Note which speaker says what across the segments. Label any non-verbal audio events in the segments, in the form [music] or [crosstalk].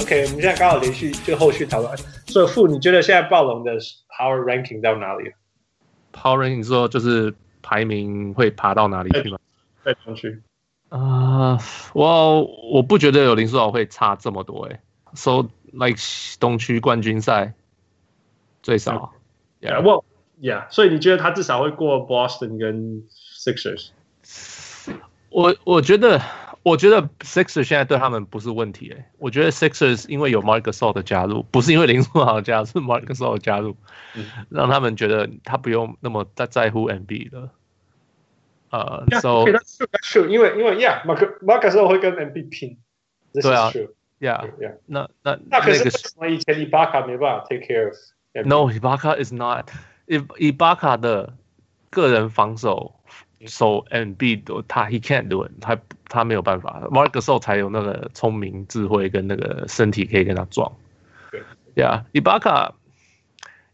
Speaker 1: OK，我们现在刚好连续就后续讨论。所以傅，你觉得现在暴龙的 Power Ranking 到哪里？
Speaker 2: Power Ranking 之后就是排名会爬到哪里去吗？
Speaker 1: 再上去，
Speaker 2: 啊、我我不觉得有林书豪会差这么多诶、So 欸 like 东区冠军赛最少
Speaker 1: Yeah, well, yeah. 所以你觉得他至少会过 Boston 跟 Sixers？
Speaker 2: 我我觉得，我觉得 Sixers 现在对他们不是问题诶、欸我觉得 Sixers 因为有 Marcus a 的加入，不是因为林书豪的加入，是 Marcus a 的加入，
Speaker 1: 嗯
Speaker 2: 让他们觉得他不用那么在在乎 NB 了。呃、
Speaker 1: Yeah,
Speaker 2: s o
Speaker 1: okay, that's true, that's true. 因为因为 Yeah, Marcus Marcus 会跟 MB 拼，这是
Speaker 2: 对啊
Speaker 1: true.
Speaker 2: yeah，
Speaker 1: Yeah.
Speaker 2: 那那
Speaker 1: 那可是为
Speaker 2: 个
Speaker 1: 什么以前伊巴卡没办法 take care of？Embiid？
Speaker 2: No, Ibaka is not. If Ibaka 的个人防守
Speaker 1: 嗯
Speaker 2: 守 NB 都他 he can't do it，他他没有办法。Marcus o 才有那个聪明、智慧跟那个身体可以跟他撞。
Speaker 1: 对
Speaker 2: 对啊，Ibaka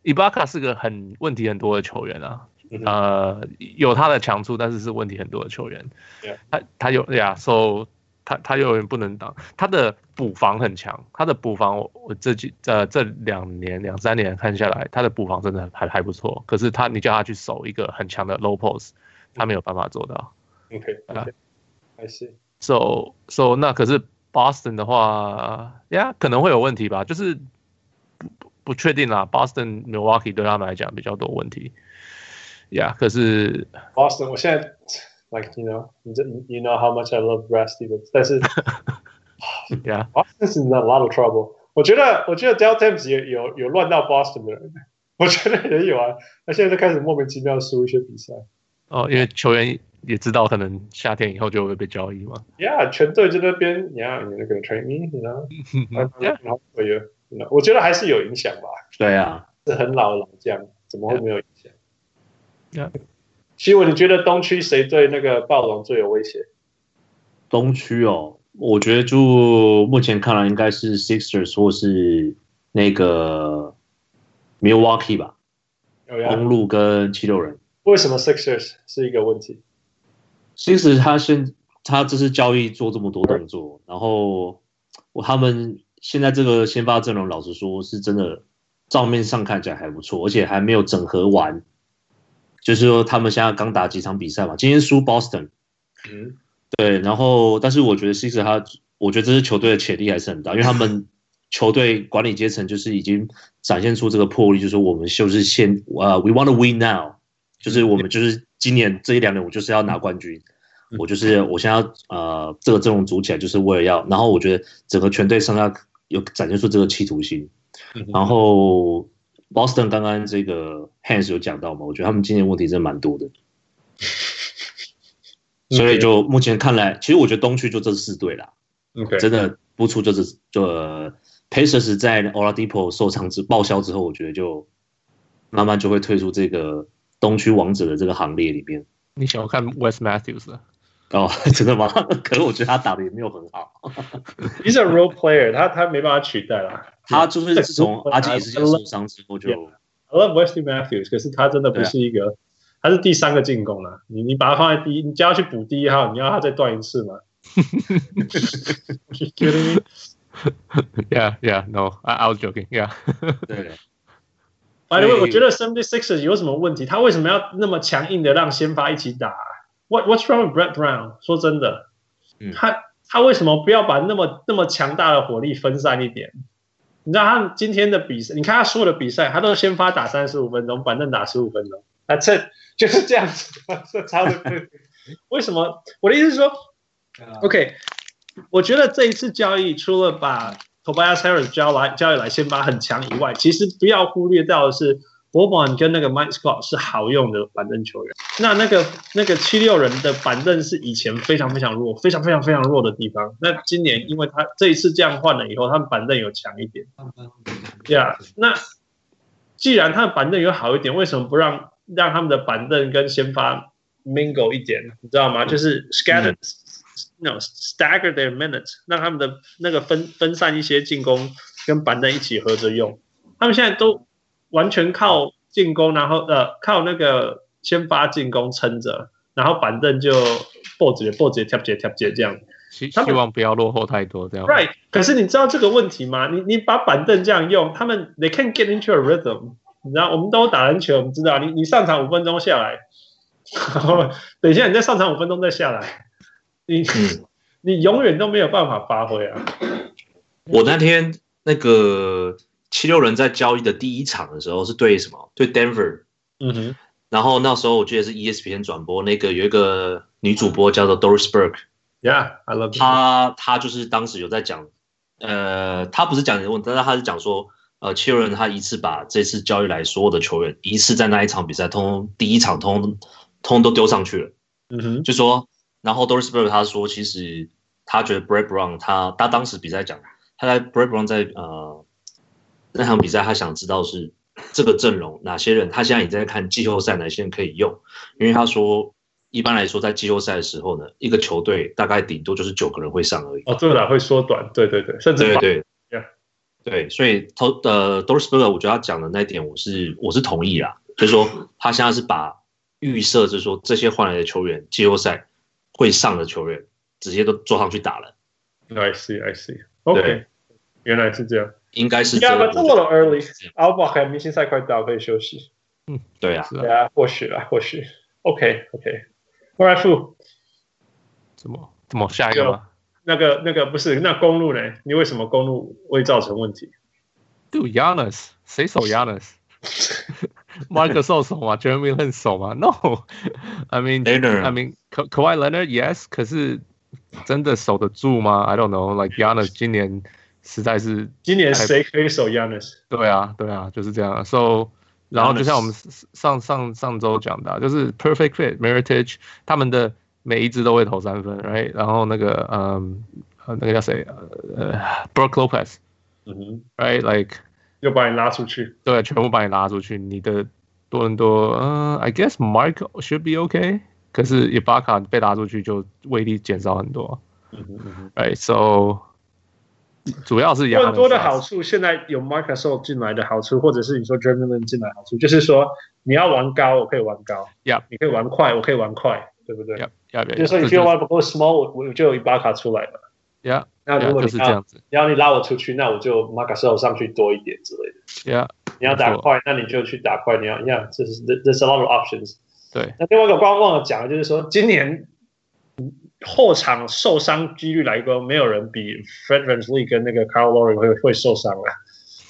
Speaker 2: Ibaka 是个很问题很多的球员啊
Speaker 1: 嗯。哼
Speaker 2: 呃，有他的强处，但是是问题很多的球员
Speaker 1: Yeah。
Speaker 2: 他他有呀，so 他他有人不能挡，他的补防很强，他的补防我我这几呃这两年两三年看下来，他的补防真的还还不错。可是他你叫他去守一个很强的 low post，他没有办法做到。
Speaker 1: OK，
Speaker 2: 啊
Speaker 1: 还是
Speaker 2: So so 那可是 Boston 的话，呀、可能会有问题吧，就是不不不确定啦。Boston Milwaukee 对他们来讲比较多问题。呀、可是
Speaker 1: Boston，我现在 like you know，你这 you know how much I love Brad Stevens，但是
Speaker 2: 呀
Speaker 1: Boston's in a lot of trouble。我觉得我觉得 Del Tams 也有有乱到 Boston 的人，我觉得也有啊。他现在就开始莫名其妙输一些比赛。
Speaker 2: 哦，因为球员也知道可能夏天以后就会被交易嘛。
Speaker 1: Yeah，全队就在那边，Yeah，you're not gonna trade me，you know，
Speaker 2: Mm-hmm. Yeah
Speaker 1: 然后会有，you know，我觉得还是有影响吧。
Speaker 3: 对啊，
Speaker 1: 是很老的老将，怎么会没有影响
Speaker 2: Yeah.
Speaker 1: 希文，你觉得东区谁对那个暴龙最有威胁？
Speaker 3: 东区哦，我觉得就目前看来应该是 Sixers 或是那个 Milwaukee 吧，
Speaker 1: 有呀，
Speaker 3: 公路跟七六人。
Speaker 1: 为什么 Sixers 是一个问题？
Speaker 3: Sixers 他现他这次交易做这么多动作，然后我他们现在这个先发阵容，老实说是真的账面上看起来还不错，而且还没有整合完。就是说他们现在刚打几场比赛嘛，今天输 Boston，
Speaker 1: 嗯，
Speaker 3: 对，然后但是我觉得 Sixers 他，我觉得这支球队的潜力还是很大，因为他们球队管理阶层就是已经展现出这个魄力，就是我们就是现啊、w e want to win now，就是我们就是今年这一两年我就是要拿冠军，
Speaker 2: 嗯
Speaker 3: 我就是我现在要呃这个阵容组起来就是为了要，然后我觉得整个全队上下有展现出这个企图心，然后 Boston 刚刚这个 Hans 有讲到嘛，我觉得他们今年问题真的蛮多的，所以就目前看来，其实我觉得东区就这四队啦，
Speaker 1: OK，
Speaker 3: 真的不出就是就呃 Pacers 在 Oladipo 受伤之报销之后，我觉得就慢慢就会退出这个东区王者的这个行列里面。
Speaker 2: 你想要看 West Matthews 啊？
Speaker 3: 哦， [laughs] 真的吗？可是我觉得他打的也没有很好，
Speaker 1: He's a role player，他他没办法取代啦。
Speaker 3: 他就是自从阿基里斯腱受伤之后就
Speaker 1: I love Wesley Matthews，可是他真的不是一个，他是第三个进攻啦。你你把他放在第一，你叫他去补第一号，你要他再断一次吗 [laughs] ？You kidding me？
Speaker 2: [laughs] Yeah, yeah, no, I, I was joking. Yeah,
Speaker 3: 对，
Speaker 1: By the way，
Speaker 2: 所以
Speaker 1: 我觉得 Sunday Sixers 有什么问题？他为什么要那么强硬的让先发一起打？What What's wrong with Brett Brown？说真的，
Speaker 3: 嗯
Speaker 1: 他他为什么不要把那么那么强大的火力分散一点？你知道他今天的比赛，你看他所有的比赛，他都是先发打三十五分钟，板凳打十五分钟，他这就是这样子，这差
Speaker 2: [laughs]
Speaker 1: 的。为什么？我的意思是说，OK，我觉得这一次交易除了把 Tobias Harris 交来交易来先发很强以外，其实不要忽略到的是 Boban 跟那个 Mike Scott 是好用的板凳球员。那那个那个七六人的板凳是以前非常非常弱、非常非常非常弱的地方。那今年因为他这一次这样换了以后，他们板凳有强一点。Yeah，那既然他的板凳有好一点，为什么不让让他们的板凳跟先发 mingle 一点？你知道吗？就是 scatter、no stagger their minutes，让他们的那个分分散一些进攻，跟板凳一起合着用。他们现在都完全靠进攻，然后呃靠那个先发进攻撑着，然后板凳就 b o 直接 b o 直接跳接跳接这样。
Speaker 2: 希
Speaker 1: 他们
Speaker 2: 希望不要落后太多，这样。
Speaker 1: Right，可是你知道这个问题吗？你你把板凳这样用，他们 they can get into a rhythm。你知道，我们都打篮球，我们知道，你你上场五分钟下来， [laughs] 然后等一下你再上场五分钟再下来，你、
Speaker 3: 嗯
Speaker 1: 你永远都没有办法发挥啊。
Speaker 3: 我那天那个七六人在交易的第一场的时候是对什么？对 Denver，
Speaker 1: 嗯哼，
Speaker 3: 然后那时候我记得是 E ESPN 转播，那个有一个女主播叫做 Doris Burke，
Speaker 1: Yeah，I love you。
Speaker 3: 她她就是当时有在讲，呃，她不是讲你的问题，但是她是讲说，呃，七六人他一次把这次交易来所有的球员，一次在那一场比赛通通第一场通通通都丢上去了。
Speaker 1: 嗯哼，
Speaker 3: 就说，然后 Doris Burke 他说，其实他觉得 Brad Brown 他他当时比赛讲，他在 Brad Brown 在呃那场比赛，他想知道是这个阵容哪些人，他现在也在看季后赛哪些人可以用，因为他说一般来说在季后赛的时候呢，一个球队大概顶多就是九个人会上而已。
Speaker 1: 哦，对了，会缩短，对对对，甚至
Speaker 3: 对
Speaker 1: 把
Speaker 3: 对
Speaker 1: Yeah
Speaker 3: 对，所以投呃 Doris Burke 我觉得他讲的那一点，我是我是同意啦，就是说他现在是把预设就是说这些换来的球员，季后赛会上的球员，直接都坐上去打了，
Speaker 1: Oh, I see, I see. OK，
Speaker 3: 对
Speaker 1: 原来是这样。
Speaker 3: 应该是这
Speaker 1: Yeah,
Speaker 3: 个
Speaker 1: but it's a little early.
Speaker 3: 这样
Speaker 1: a l b a 还有明星赛快到，可以休息。
Speaker 3: 对啊，
Speaker 2: 是
Speaker 1: 对
Speaker 2: 啊，
Speaker 1: 啊，或许啦，或许。OK OK，莫来富，
Speaker 2: 怎么怎么下一个吗？
Speaker 1: 那个那个不是那公路呢？你为什么公路会造成问题？
Speaker 2: 对 Yanis，谁
Speaker 1: [laughs]
Speaker 2: 守 [laughs] Yanis？Marcus 受手吗？Jeremy Lin 守吗？No，I mean [laughs]
Speaker 3: Leonard
Speaker 2: I mean Ka- Kawhi Leonard yes，可是真的守得住吗？I don't know，like Yanis 今年实在是
Speaker 1: 今年
Speaker 2: 哎
Speaker 1: 谁可以守 Yanis？
Speaker 2: 对啊，对啊，就是这样。So，然后就像我们上上上周讲的啊、就是 perfect fit meritage，他们的每一支都会投三分，right？然后那个嗯、呃那个叫谁呃呃 b r o o k Lopez，right？Like
Speaker 1: 嗯哼，又把你拉出去。
Speaker 2: 对，啊全部把你拉出去，你的多伦多，嗯、i guess Mark should be okay，可是 Ibaka 被拉出去就威力减少很多
Speaker 1: 嗯哼嗯哼。
Speaker 2: ，right？So 主要是
Speaker 1: 多
Speaker 2: 亚
Speaker 1: 伦多的好处，现在有 Marcus 进来的好处，或者是你说 German Lin 进来的好处，就是说你要玩高，我可以玩高
Speaker 2: Yep
Speaker 1: 你可以玩快，我可以玩快，对不对
Speaker 2: 要要要，
Speaker 1: 就是说 if you want to go small，我我就有 Ibaka 出来了。
Speaker 2: 呀，
Speaker 1: 那如果
Speaker 2: 就
Speaker 1: 你
Speaker 2: 是这
Speaker 1: 要
Speaker 2: 样子
Speaker 1: 你要你拉我出去，那我就 Marcus 上去多一点之类的。
Speaker 2: ，yeah。
Speaker 1: 你要打
Speaker 2: 没错
Speaker 1: 快，那你就去打快。你要，呀，这是 there's a lot of options。
Speaker 2: 对。
Speaker 1: 那另外一个刚刚忘了讲的就是说，今年后场受伤几率来说，没有人比 Fred VanVleet 跟那个 Kyle Lowry 会会受伤了，啊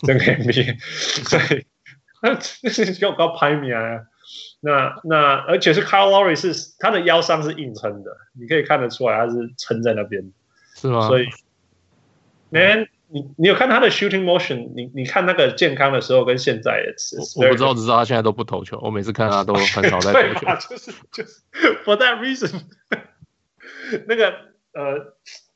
Speaker 1: 整个 NBA。所以，那这是要高排名啊。那那而且是 Kyle Lowry 是他的腰伤是硬撑的，你可以看得出来他是撑在那边的。
Speaker 2: 是吗？
Speaker 1: 所以，man，你你有看他的 shooting motion？你你看那个健康的时候跟现在，it's-
Speaker 2: 我
Speaker 1: it's
Speaker 2: 我
Speaker 1: very-
Speaker 2: 不知道，只知道他现在都不投球。我每次看他都很少
Speaker 1: [laughs]
Speaker 2: 在
Speaker 1: 对啊
Speaker 2: 投球
Speaker 1: 吧？。就是就是 for that reason，那个呃，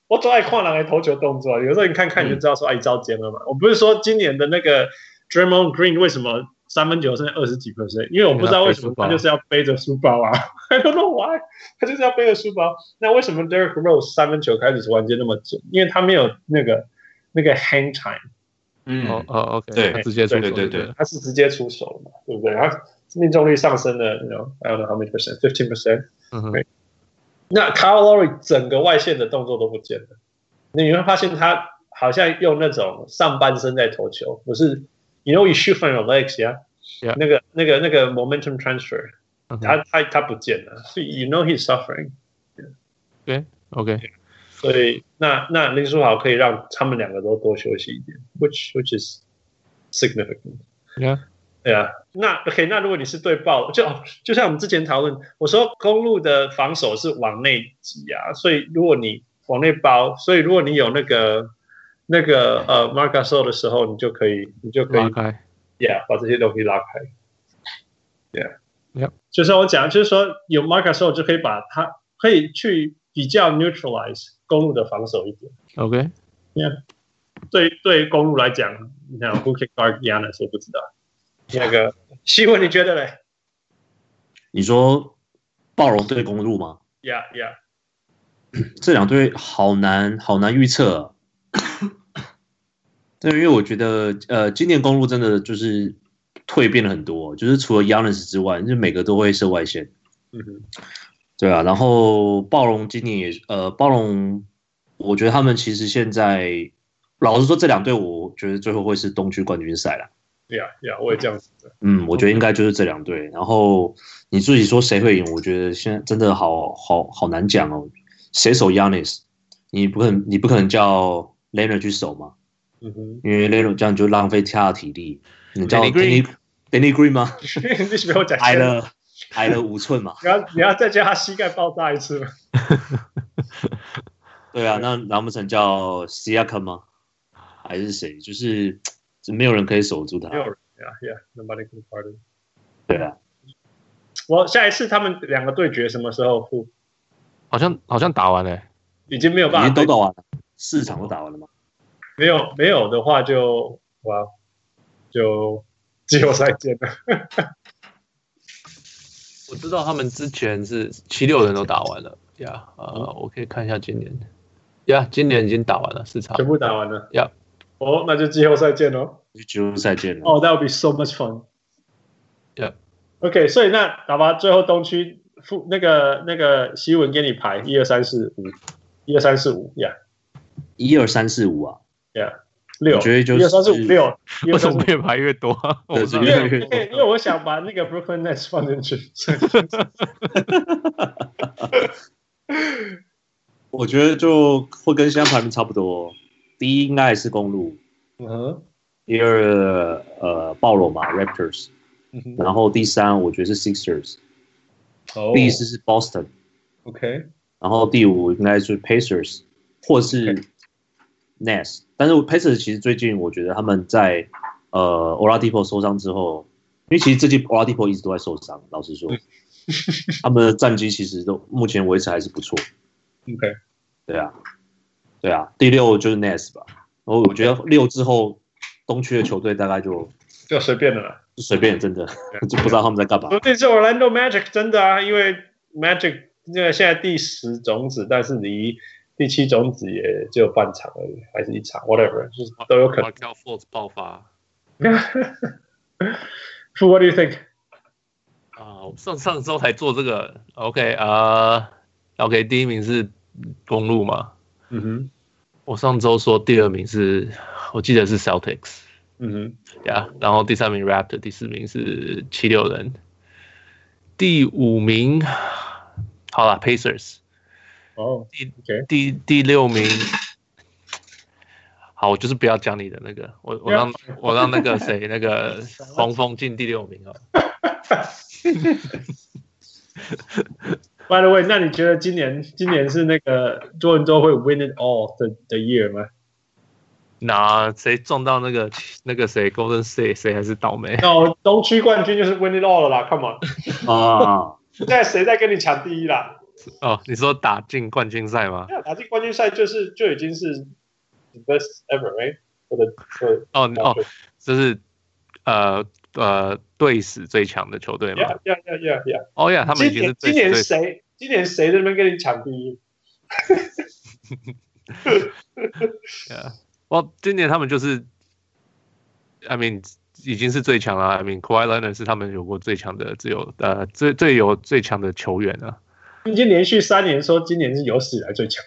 Speaker 1: 我总爱看人来投球动作，有时候你看看你就知道说哎招尖了嘛。我不是说今年的那个 Draymond Green 为什么三分球剩下二十几 percent，因为我不知道为什么他就是要背着书包啊，I don't know why，他 [laughs] 就是要背着书包。那为什么 Derek Rose 三分球开始突然间那么准？因为他没有那个那个 hang time。
Speaker 2: 哦
Speaker 3: 嗯，
Speaker 2: 哦，OK，
Speaker 3: 对
Speaker 2: 他直接出手
Speaker 3: 对对对
Speaker 2: 就
Speaker 1: 他是直接出手嘛，对不对？然后命中率上升了，you know，I don't know how many percent，fifteen percent。
Speaker 2: 嗯哼
Speaker 1: Right，那 Kyle Lowry 整个外线的动作都不见了，你会发现他好像用那种上半身在投球，不是，you know you shoot from your legs，yeah，,
Speaker 2: Yeah
Speaker 1: 那个那个那个 momentum transfer，
Speaker 2: 嗯哼
Speaker 1: 他他他不见了，所以 you know he's suffering。
Speaker 2: ，OK，
Speaker 1: 所以那那林书豪可以让他们两个都多休息一点，which which is significant。
Speaker 2: Yeah，
Speaker 1: 对啊，那 OK，那如果你是对爆，就就像我们之前讨论，我说公路的防守是往内挤啊，所以如果你往内包，所以如果你有那个那个呃 m a r c a s o 的时候，你就可以你就可以
Speaker 2: 拉开
Speaker 1: Yeah，把这些东西拉开。Yeah，
Speaker 2: Yep
Speaker 1: 就像我讲，就是说有 m a r c a s o 就可以把它可以去比较 neutralize 公路的防守一点。
Speaker 2: ，OK，
Speaker 1: 对对，公路来讲，你看 Who can guard Giannis？我不知道。那个希文，你觉得嘞
Speaker 3: 你说暴龙对公路吗？
Speaker 1: ？Yeah Yeah。
Speaker 3: 这两队好难好难预测、啊。 [coughs] 对，因为我觉得呃，今年公路真的就是蜕变了很多，就是除了 Yanis 之外，就是每个都会射外线。
Speaker 1: 嗯哼，
Speaker 3: 对啊，然后暴龙今年也呃，暴龙我觉得他们其实现在，老实说，这两队我觉得最后会是东区冠军赛啦。
Speaker 1: 呀呀，我也这样子的。
Speaker 3: 嗯，我觉得应该就是这两队。然后你自己说谁会赢？我觉得现在真的好好好难讲哦。谁守 Yanis？你不可能，你不可能叫 l e n a r 去守嘛，
Speaker 1: 嗯哼，
Speaker 3: 因为 l e n a r 这样就浪费他的体力。你叫
Speaker 2: Danny
Speaker 3: Danny
Speaker 2: Green
Speaker 3: Danny Green 吗？
Speaker 1: [laughs]
Speaker 2: [laughs]
Speaker 1: 你不要讲
Speaker 3: 矮了矮了五寸嘛。
Speaker 1: 你要你要再叫他膝盖爆炸一 [laughs] 次吗？
Speaker 3: 对啊，那难不成叫 Siakam 吗？还是谁？就是就没有人可以守住他
Speaker 1: 没。有人呀呀，Nobody can pardon。
Speaker 3: 对啊，
Speaker 1: 我下一次他们两个对决什么时候付？
Speaker 2: 好像好像打完了、欸
Speaker 1: 已经没有
Speaker 3: 已
Speaker 1: 办
Speaker 3: 经
Speaker 1: 法
Speaker 3: 都打完了，四场都打完了嘛。
Speaker 1: 没有没有的话就哇，就季后赛见了。
Speaker 2: 我知道他们之前是七六人都打完了呀，呃，我可以看一下今年，呀，今年已经打完了四场
Speaker 1: 全部打完了。
Speaker 2: Yep
Speaker 1: 哦，那就季后赛见喽。
Speaker 3: 就季后赛见了。
Speaker 1: 哦、t h a t would be so much fun.
Speaker 2: Yep
Speaker 1: OK，所以那好吧，最后东区负那个那个西文给你排一二三四五，一二三四五呀
Speaker 3: 一二三四五啊，
Speaker 1: 呀六，
Speaker 3: 我觉得就是
Speaker 1: 一二三四五六，一
Speaker 2: 为
Speaker 1: 二
Speaker 2: 什
Speaker 1: 三
Speaker 2: 么
Speaker 1: 四五。
Speaker 2: 越排越多、啊？我不知道
Speaker 3: 对
Speaker 1: 因
Speaker 3: 这
Speaker 1: 为因
Speaker 3: 边
Speaker 1: 为因为我想把那个 Brooklyn Nets 放进去，
Speaker 3: [laughs] 我觉得就会跟现在排名差不多。第一应该还是公路，
Speaker 1: 嗯
Speaker 3: 第二呃暴龙嘛 Raptors，
Speaker 1: 嗯哼，
Speaker 3: 然后第三我觉得是 Sixers，
Speaker 1: 哦
Speaker 3: 第四是 Boston，
Speaker 1: ，OK，
Speaker 3: 然后第五应该是 Pacers 或是 Nets，但是 Pacers 其实最近我觉得他们在呃 Oladipo 受伤之后，因为其实最近 Oladipo 一直都在受伤，老实说，他们的战绩其实都目前为止还是不错。
Speaker 1: OK，
Speaker 3: 对啊，对啊，第六就是 Nets 吧。然后我觉得六之后，东区的球队大概就
Speaker 1: 就随便的了。
Speaker 3: 就随便，真的就不知道他们在干嘛
Speaker 1: 说。这次 Orlando Magic 真的啊，因为 Magic 那个现在第十种子，但是离第七种子也只有半场而已，还是一场，whatever，就是都有可能。
Speaker 2: Markel Fultz 爆发啊、
Speaker 1: So what do you think？
Speaker 2: 啊我上上周才做这个，OK 啊、o k 第一名是公路嘛，
Speaker 1: 嗯哼，
Speaker 2: 我上周说第二名是，我记得是 Celtics
Speaker 1: 嗯哼，
Speaker 2: 呀、然后第三名 Raptor，第四名是七六人，第五名好了 Pacers，
Speaker 1: 哦
Speaker 2: 第
Speaker 1: ，OK，
Speaker 2: 第第六名，好，我就是不要讲你的那个，我我让我让那个谁那个黄蜂进第六名哦。
Speaker 1: By the way，那你觉得今年今年是那个多伦多会 win it all 的的 year 吗
Speaker 2: 那谁撞到那个那个谁 Golden State 谁还是倒霉？
Speaker 1: ？No，东区冠军就是 win it all 了啦，Come on，
Speaker 3: 啊，
Speaker 1: 现在谁在跟你抢第一啦？
Speaker 2: 哦，你说打进冠军赛吗？
Speaker 1: 打进冠军赛就是就已经是 the best ever，right？或者
Speaker 2: 哦哦，就是呃呃队史最强的球队嘛。
Speaker 1: ，Yeah Yeah Yeah Yeah Yeah。
Speaker 2: 哦呀，他们已
Speaker 1: 今
Speaker 2: 经是
Speaker 1: 年今年
Speaker 2: 队史最
Speaker 1: 谁今年谁在那边跟你抢第一？
Speaker 2: Yeah. 哇，今年他们就是，I mean，已经是最强了。I mean，k a w h i Leonard 是他们有过最强的，只有呃最最有最强的球员
Speaker 1: [laughs]
Speaker 2: 啊。
Speaker 1: 已经连续三年说今年是有史以来最强。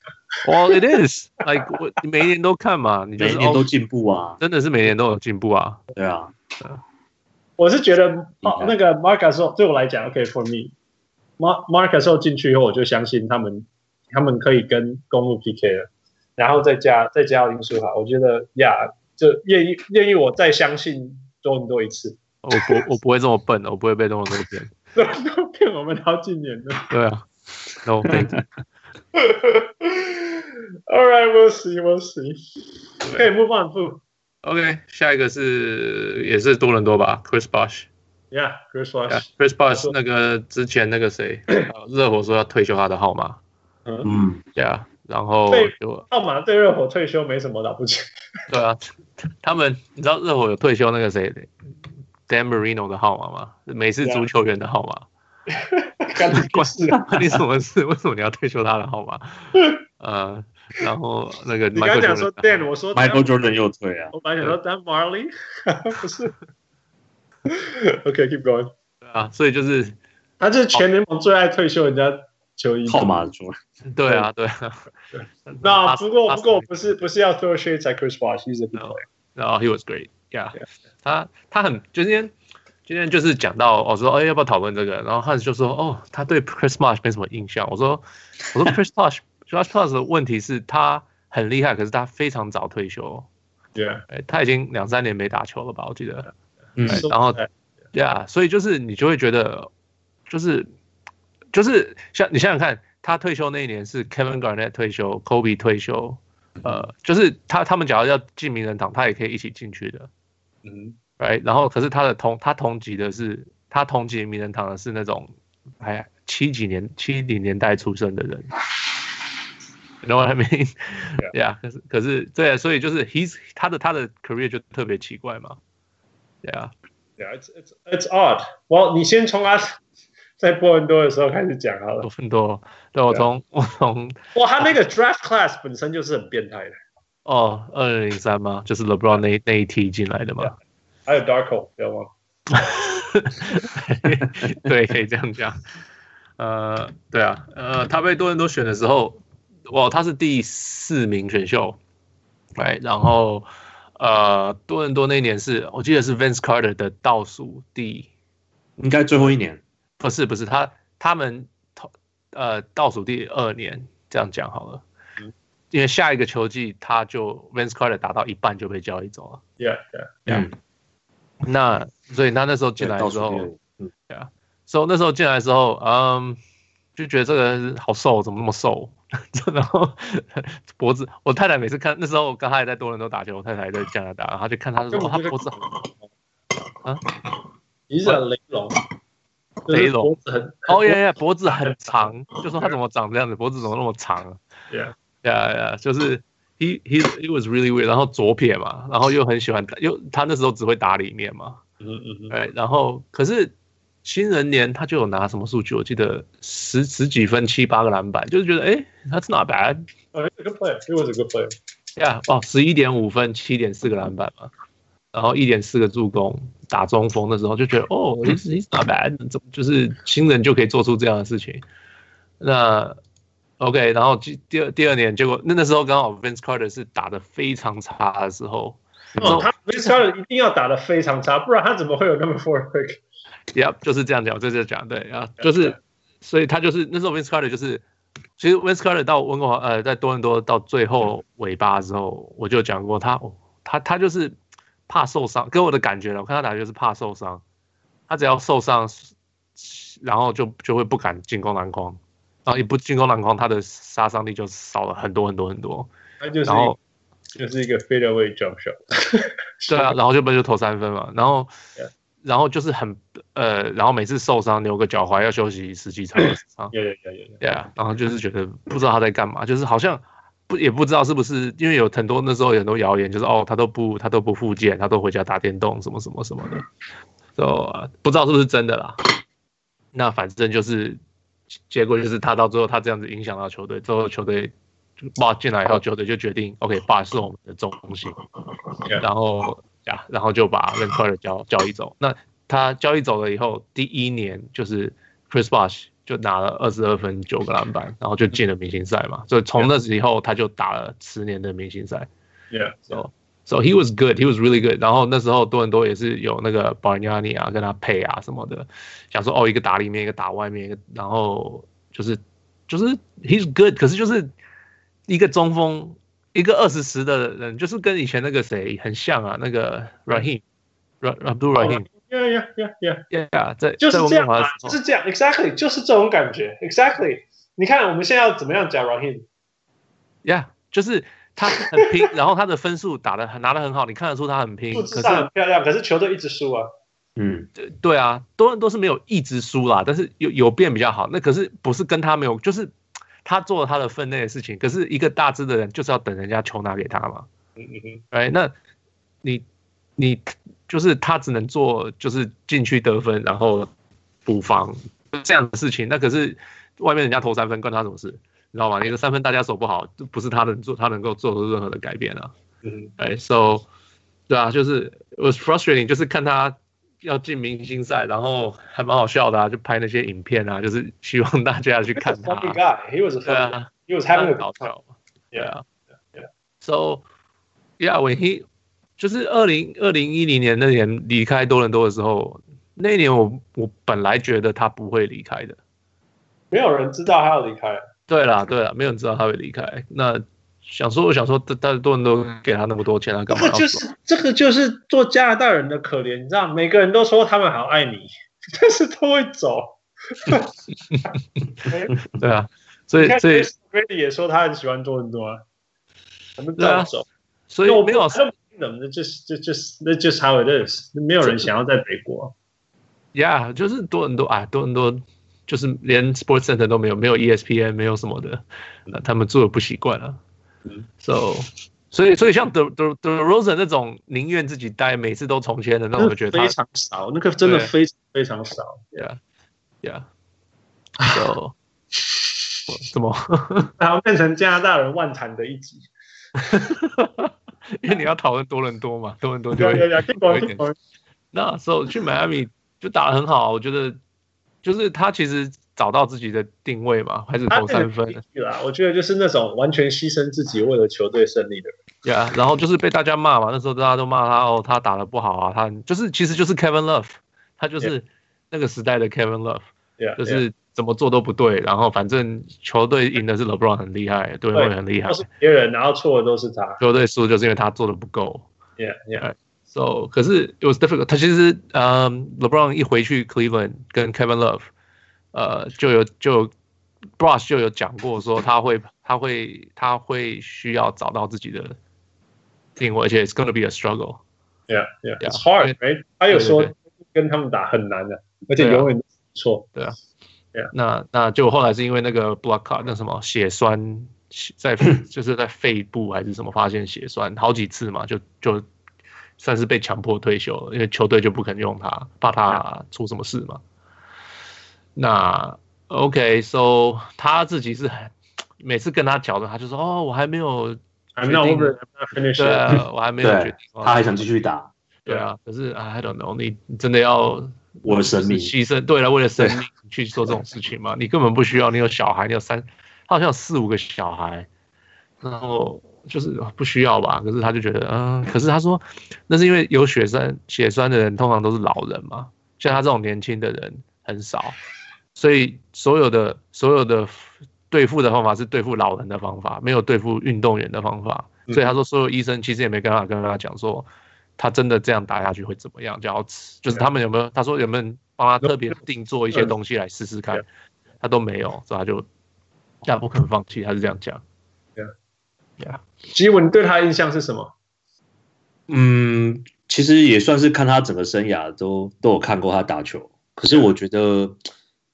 Speaker 2: 哇、i t is，like 我你每一年都看嘛，你就
Speaker 3: 每
Speaker 2: 是
Speaker 3: 一年都
Speaker 2: 哦
Speaker 3: 进步啊。
Speaker 2: 真的是每年都有进步啊。
Speaker 3: 对啊，
Speaker 1: 我是觉得哦
Speaker 3: 嗯，
Speaker 1: 那个 Marcus 对我来讲，OK，for、me，Mar Marcus 进去以后，我就相信他们，他们可以跟公路 PK 了，然后再加再加林书豪，我觉得呀，就愿意愿意我再相信多伦多一次，
Speaker 2: 我不我不会这么笨的，我不会被这么多骗。
Speaker 1: 多伦多骗我们好几年了。 [laughs]
Speaker 2: 对啊，No thank you。
Speaker 1: All right, we'll see, we'll see. 可以 move on, move.
Speaker 2: OK，下一个是也是多伦多吧，Chris Bosh。
Speaker 1: Yeah, good
Speaker 2: [laughs]
Speaker 1: s l a s
Speaker 2: Chris Bosh 啊那个之前那个谁，呃热火说要退休他的号码
Speaker 3: 嗯，
Speaker 2: ，Yeah，然后
Speaker 1: 对
Speaker 2: 就
Speaker 1: 奥马对热火退休没什么了不起。
Speaker 2: 对啊，他们你知道热火有退休那个谁，Dan Marino 的号码吗？美式足球员的号码，
Speaker 1: 干你屁事啊！
Speaker 2: 关你什么事？ [laughs] 为什么你要退休他的
Speaker 1: [laughs]
Speaker 2: 号码？呃，然后那个
Speaker 1: 你刚刚
Speaker 2: Michael
Speaker 1: 讲说
Speaker 2: Jordan
Speaker 1: Dan，我说 Dan-
Speaker 3: Michael Jordan 又退啊。
Speaker 1: 我
Speaker 2: Oh,
Speaker 1: 本来想说 Dan [laughs] Marley，不是。OK，keep、going。
Speaker 2: 对啊，所以就是
Speaker 1: 他就是全联盟最爱退休人家球衣。
Speaker 3: 号码的球员。
Speaker 2: 对啊，
Speaker 1: [laughs]
Speaker 2: 对啊。
Speaker 1: 那不过不过不
Speaker 2: 阿
Speaker 1: 是不是要 throw shades at Chris Bosh，he's a good
Speaker 2: No.
Speaker 1: player。
Speaker 2: 然后 he was great. Yeah，,
Speaker 1: Yeah.
Speaker 2: 他他很今天今天就是讲到我、哦、说哎要不要讨论这个，然后汉斯就说哦他对 Chris Marsh 没什么印象。我说我说 Chris Marsh [laughs] Chris Marsh 的问题是他很厉害，可是他非常早退休，
Speaker 1: Yeah，
Speaker 2: 哎他已经两三年没打球了吧？我记得。
Speaker 3: [laughs] 嗯
Speaker 2: 哎然后 Yeah，所以就是你就会觉得就是就是像你想想看，他退休那一年是 Kevin Garnett 退休，Kobe 退休。呃，就是他他们假如要进名人堂，他也可以一起进去的。
Speaker 1: 嗯，
Speaker 2: right？然后可是他的同他同级的是他同级名人堂的是那种哎七几年七零年代出生的人，you know what I mean？yeah，可是可是对啊，所以就是 he's 他的他的 career 就特别奇怪嘛，yeah，
Speaker 1: Yeah, it's it's it's odd. Well，你先从他在波伦多的时候开始讲好了
Speaker 2: 有。很多，对啊我
Speaker 1: Yeah.
Speaker 2: 从我从
Speaker 1: 哇，他那个 draft class 本身就是很变态的，
Speaker 2: 哦二零零三嘛，就是 LeBron 那那一梯进来的嘛。
Speaker 1: 还有 Darko，不要忘了。
Speaker 2: [laughs] 对，可以这样讲。呃，对啊，呃，他被多伦多选的时候，哇，他是第四名选秀，哎，然后呃，多伦多那一年是我记得是 Vince Carter 的倒数第，
Speaker 3: 应该最后一年，
Speaker 2: 不是不是他他们同呃倒数第二年，这样讲好了
Speaker 1: 嗯，
Speaker 2: 因为下一个球季他就 Vince Carter 打到一半就被交易走了，
Speaker 1: Yeah, yeah.
Speaker 2: 嗯，那所以他那时候进来
Speaker 3: 到
Speaker 2: 的时候。
Speaker 3: 嗯，
Speaker 2: 所以那时候进来的时候，嗯，就觉得这个人好瘦，怎么那么瘦？ [laughs] 然后脖子，我太太每次看那时候，我刚才在多伦多打球，我太太也在加拿大，然后她就看他说、哦、他脖子好，
Speaker 1: 你是讲雷龙，
Speaker 2: 雷龙
Speaker 1: 就是脖子很
Speaker 2: 哦耶耶，
Speaker 1: [laughs]
Speaker 2: 脖子很长，就说他怎么长这样子，脖子怎么那么长啊？
Speaker 1: Yeah.
Speaker 2: 对啊对啊，就是 he he he was really weird，然后左撇嘛，然后又很喜欢打，又他那时候只会打里面嘛，
Speaker 1: 嗯嗯嗯，
Speaker 2: 对，然后可是新人年他就有拿什么数据，我记得十十几分七八个篮板，就是觉得哎，that's not bad。
Speaker 1: 哦，he's a good player. He was a good player.
Speaker 2: Yeah，哦，十一点五分，七点四个篮板嘛，然后一点四个助攻，打中锋的时候就觉得哦，he's he's not bad，怎么就是新人就可以做出这样的事情？那 OK，然后第第二第二年，结果那那时候刚好 Vince Carter 是打的非常差的时候
Speaker 1: 哦，他 Vince Carter 一定要打得非常差，不然他怎么会有那么 [laughs] four pick？
Speaker 2: ，Yeah，就是这样讲，就是这样讲，对啊，就是，所以他就是那时候 Vince Carter 就是。其实 Vince Carter 到温哥华，呃，在多伦多到最后尾巴的时候，我就讲过他，哦、他他就是怕受伤，给我的感觉了，我看他打球就是怕受伤，他只要受伤，然后就就会不敢进攻篮筐，然后一不进攻篮筐，他的杀伤力就少了很多很多很多，
Speaker 1: 他就是
Speaker 2: 然后
Speaker 1: 就是一个 fade away jump shot。
Speaker 2: 对啊，然后就不就投三分嘛，然后
Speaker 1: Yeah.
Speaker 2: 然后就是很呃，然后每次受伤扭个脚踝要休息十几场二十场，
Speaker 1: 有有有有有，
Speaker 2: 对啊，然后就是觉得不知道他在干嘛，就是好像不也不知道是不是，因为有很多那时候有很多谣言，就是哦他都不他都不复健，他都回家打电动什么什么什么的，就、呃不知道是不是真的啦。那反正就是结果就是他到最后他这样子影响到球队，最后球队就 b 进来以后，球队就决定 OK b 是我们的中心
Speaker 1: Yeah.
Speaker 2: 然后呀，然后就把 Van c a r 交交易走。那他交易走了以后，第一年就是 Chris Bosh 就拿了二十二分九个篮板，然后就进了明星赛嘛。所以从那时以后，他就打了十年的明星赛。
Speaker 1: Yeah.
Speaker 2: So so he was good, he was really good。然后那时候多伦多也是有那个 Bargnani 啊跟他配啊什么的，想说哦一个打里面一个打外面，一个然后就是就是 he's good，可是就是一个中锋一个二十十的人，就是跟以前那个谁很像啊，那个
Speaker 1: 嗯
Speaker 2: Rahim。Ra Abdul Rahim，
Speaker 1: Yeah, yeah, yeah, yeah，
Speaker 2: yeah，在
Speaker 1: 哦就是
Speaker 2: 在温
Speaker 1: 这
Speaker 2: 哥
Speaker 1: 样
Speaker 2: 华的
Speaker 1: 啊
Speaker 2: 时，
Speaker 1: 就
Speaker 2: 候
Speaker 1: 是这样，exactly，就是这种感觉，exactly。你看我们现在要怎么样讲 Rahim？
Speaker 2: ，yeah，就是他很拼，然后他的分数打的拿的很好，你看得出他很拼，
Speaker 1: 数
Speaker 2: 哎可
Speaker 1: 字
Speaker 2: 是
Speaker 1: 上很漂亮，可是球队一直输啊。
Speaker 3: 嗯，
Speaker 2: 对啊，多伦多是没有一直输啦，但是有有变比较好。那可是不是跟他没有，就是他做了他的分内的事情。可是一个大只的人就是要等人家球拿给他嘛，
Speaker 1: 嗯嗯嗯
Speaker 2: 哎，那你你就是他只能做就是禁区得分，然后补防这样的事情。那可是外面人家投三分关他什么事？你知道吗？你的三分大家守不好，这不是他能做，他能够做出任何的改变啊。
Speaker 1: 嗯
Speaker 2: 哎，so 对啊，就是 it was frustrating，就是看他要进明星赛，然后还蛮好笑的啊，就拍那些影片啊，就是希望大家去看
Speaker 1: He was a
Speaker 2: 他。
Speaker 1: funny guy. He was a
Speaker 2: 对
Speaker 1: funny.
Speaker 2: 啊，
Speaker 1: He was
Speaker 2: 他
Speaker 1: having a
Speaker 2: 很搞
Speaker 1: good time.
Speaker 2: 笑。对啊
Speaker 1: yeah.
Speaker 2: ，So yeah, when he 就是二零二零一零年那年离开多伦多的时候，那一年我我本来觉得他不会离开的。
Speaker 1: 没有人知道他要离开。
Speaker 2: 对啦，对啦，没有人知道他会离开。那想说，我想说，他他多伦多给他那么多钱，他
Speaker 1: 这
Speaker 2: 干嘛
Speaker 1: 个
Speaker 2: 要走？
Speaker 1: 嗯 [laughs] 就是这个就是做加拿大人的可怜，你知道，每个人都说他们好爱你，但是都会走。
Speaker 2: 对啊， [laughs] 所
Speaker 1: 你
Speaker 2: 以
Speaker 1: 看
Speaker 2: 所以
Speaker 1: Chris Brady 也说他很喜欢多伦多啊，他们
Speaker 2: 对啊
Speaker 1: 都走。
Speaker 2: 所以没有
Speaker 1: 怎么的，就是就就是那就是 how it is，没有人想要在北国。啊
Speaker 2: ，Yeah，就是多伦多啊，多伦多就是连 Sports Center 都没有，没 E 有 ESPN，没有什么的，那他们住的不习惯啊。So，所以所以像 The The The Rosen 那种宁愿自己待，每次都重签的那种，我就觉得
Speaker 1: 非
Speaker 2: 他
Speaker 1: 常少，那个真的
Speaker 2: 对
Speaker 1: 非常嗯非常少。
Speaker 2: Yeah Yeah So 怎么？ [laughs]
Speaker 1: 然后变成加拿大人万谈的一集。
Speaker 2: 因为你要讨论多伦多嘛，多伦多就
Speaker 1: 有
Speaker 2: 会
Speaker 1: 有有，听过
Speaker 2: 有一
Speaker 1: 听
Speaker 2: 点
Speaker 1: 过。
Speaker 2: 那时候去迈阿密就打得很好，我觉得就是他其实找到自己的定位嘛，开始
Speaker 1: 他
Speaker 2: 投三分，
Speaker 1: 啦，我觉得就是那种完全牺牲自己为了球队胜利的人。
Speaker 2: 对啊，然后就是被大家骂嘛，那时候大家都骂他哦，他打得不好啊，他就是其实就是 Kevin Love，他就是那个时代的 Kevin Love，
Speaker 1: 对啊，
Speaker 2: 就
Speaker 1: 对啊
Speaker 2: 是怎么做都不对，然后反正球队赢的是 LeBron 很厉害，对
Speaker 1: 对
Speaker 2: 会很厉害
Speaker 1: 都，是别人，然后错的都是他。
Speaker 2: 球队输就是因为他做的不够。
Speaker 1: Yeah, yeah.
Speaker 3: Uh，
Speaker 2: So，可是 it was difficult。他其实，嗯、l e b r o n 一回去 Cleveland 跟 Kevin Love，呃，就有就有 Brush 就有讲过说他会他会他会需要找到自己的定位，而且 it's gonna be a struggle。
Speaker 1: Yeah, yeah,
Speaker 2: Yeah.
Speaker 1: it's hard, right? 他有说
Speaker 2: 对对
Speaker 1: 跟他们打很难的，而且
Speaker 2: 对啊
Speaker 1: 永远都不错。
Speaker 2: 那那就后来是因为那个 block cut 那什么血栓血
Speaker 3: [laughs]
Speaker 2: 在就是在肺部还是什么发现血栓好几次嘛，就就算是被强迫退休了，因为球队就不肯用他，怕他出什么事嘛。那 OK，so、他自己是很每次跟他讲的，他就说哦，我还没有，
Speaker 1: I'm not
Speaker 2: 决定
Speaker 1: over, it, I'm not finished.
Speaker 2: 对、
Speaker 1: yet.
Speaker 2: 啊，我还没有决定，
Speaker 3: 他还想继续打，
Speaker 2: 对啊，可是 I don't know，你你真的要
Speaker 3: 我的生
Speaker 2: 哦就是
Speaker 3: 命
Speaker 2: 牺牲，对了，为了生命去做这种事情嘛，你根本不需要，你有小孩，你有三，他好像有四五个小孩，然后就是不需要吧，可是他就觉得，嗯，可是他说那是因为有血栓血栓的人通常都是老人嘛，像他这种年轻的人很少，所以所有的所有的对付的方法是对付老人的方法，没有对付运动员的方法。
Speaker 1: 嗯
Speaker 2: 所以他说，所有医生其实也没办法跟他讲说，他真的这样打下去会怎么样，叫
Speaker 1: 啊
Speaker 2: 就是他们有没有他说有没有人帮他特别定做一些东西来试试看
Speaker 1: 对，啊
Speaker 2: 他都没有，所以他就他不肯放弃，他是这样讲。
Speaker 1: 对啊
Speaker 2: ，Yeah，
Speaker 1: 吉文对他印象是什么？
Speaker 3: 嗯，其实也算是看他整个生涯都都有看过他打球，
Speaker 2: 啊
Speaker 3: 可是我觉得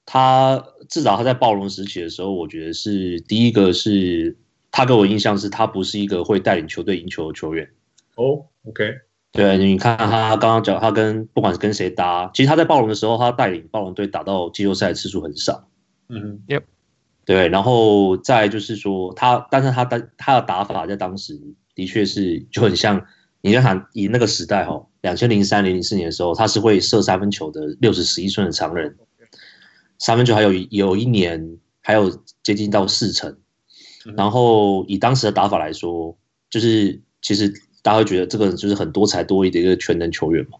Speaker 3: 他至少他在暴龙时期的时候，我觉得是第一个是他给我印象是他不是一个会带领球队赢球的球员。
Speaker 1: 哦，OK，
Speaker 3: 对，你看他刚刚讲，他跟不管是跟谁搭，其实他在暴龙的时候，他带领暴龙队打到季后赛的次数很少。
Speaker 1: 嗯哼，
Speaker 3: 对，然后再就是说他，但是他的他的打法在当时的确是就很像，你要想以那个时代哦，两千零三零零四年的时候，他是会射三分球的六尺十一寸的常人，三分球还有一有一年还有接近到四成
Speaker 1: 嗯，
Speaker 3: 然后以当时的打法来说，就是其实大家会觉得这个人就是很多才多艺的一个全能球员嘛，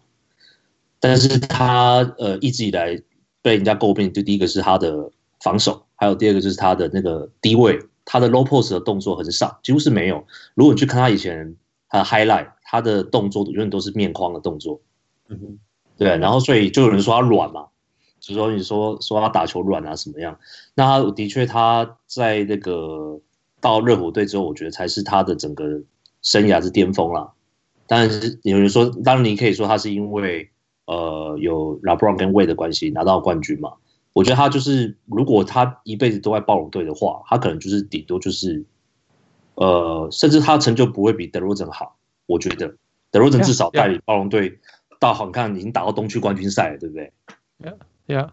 Speaker 3: 但是他呃一直以来被人家诟病，就第一个是他的防守，还有第二个就是他的那个低位，他的 low post 的动作很少，几乎是没有。如果你去看他以前他的 highlight，他的动作永远都是面框的动作，
Speaker 1: 嗯哼，
Speaker 3: 对。然后所以就有人说他软嘛，就说你说说他打球软啊什么样？那他的确他在那个到热火队之后，我觉得才是他的整个生涯之巅峰啦。当然
Speaker 2: 嗯
Speaker 3: 是有人说，当然你可以说他是因为呃有 LeBron 跟 Wade 的关系拿到冠军嘛。我觉得他就是，如果他一辈子都在暴龙队的话，他可能就是顶多就是，呃，甚至他成就不会比德罗赞好。我觉得德罗赞
Speaker 2: Yeah,
Speaker 3: 至少
Speaker 2: yeah.
Speaker 3: 带领暴龙队到好看，已经打到东区冠军赛了，对不对？
Speaker 2: Yeah，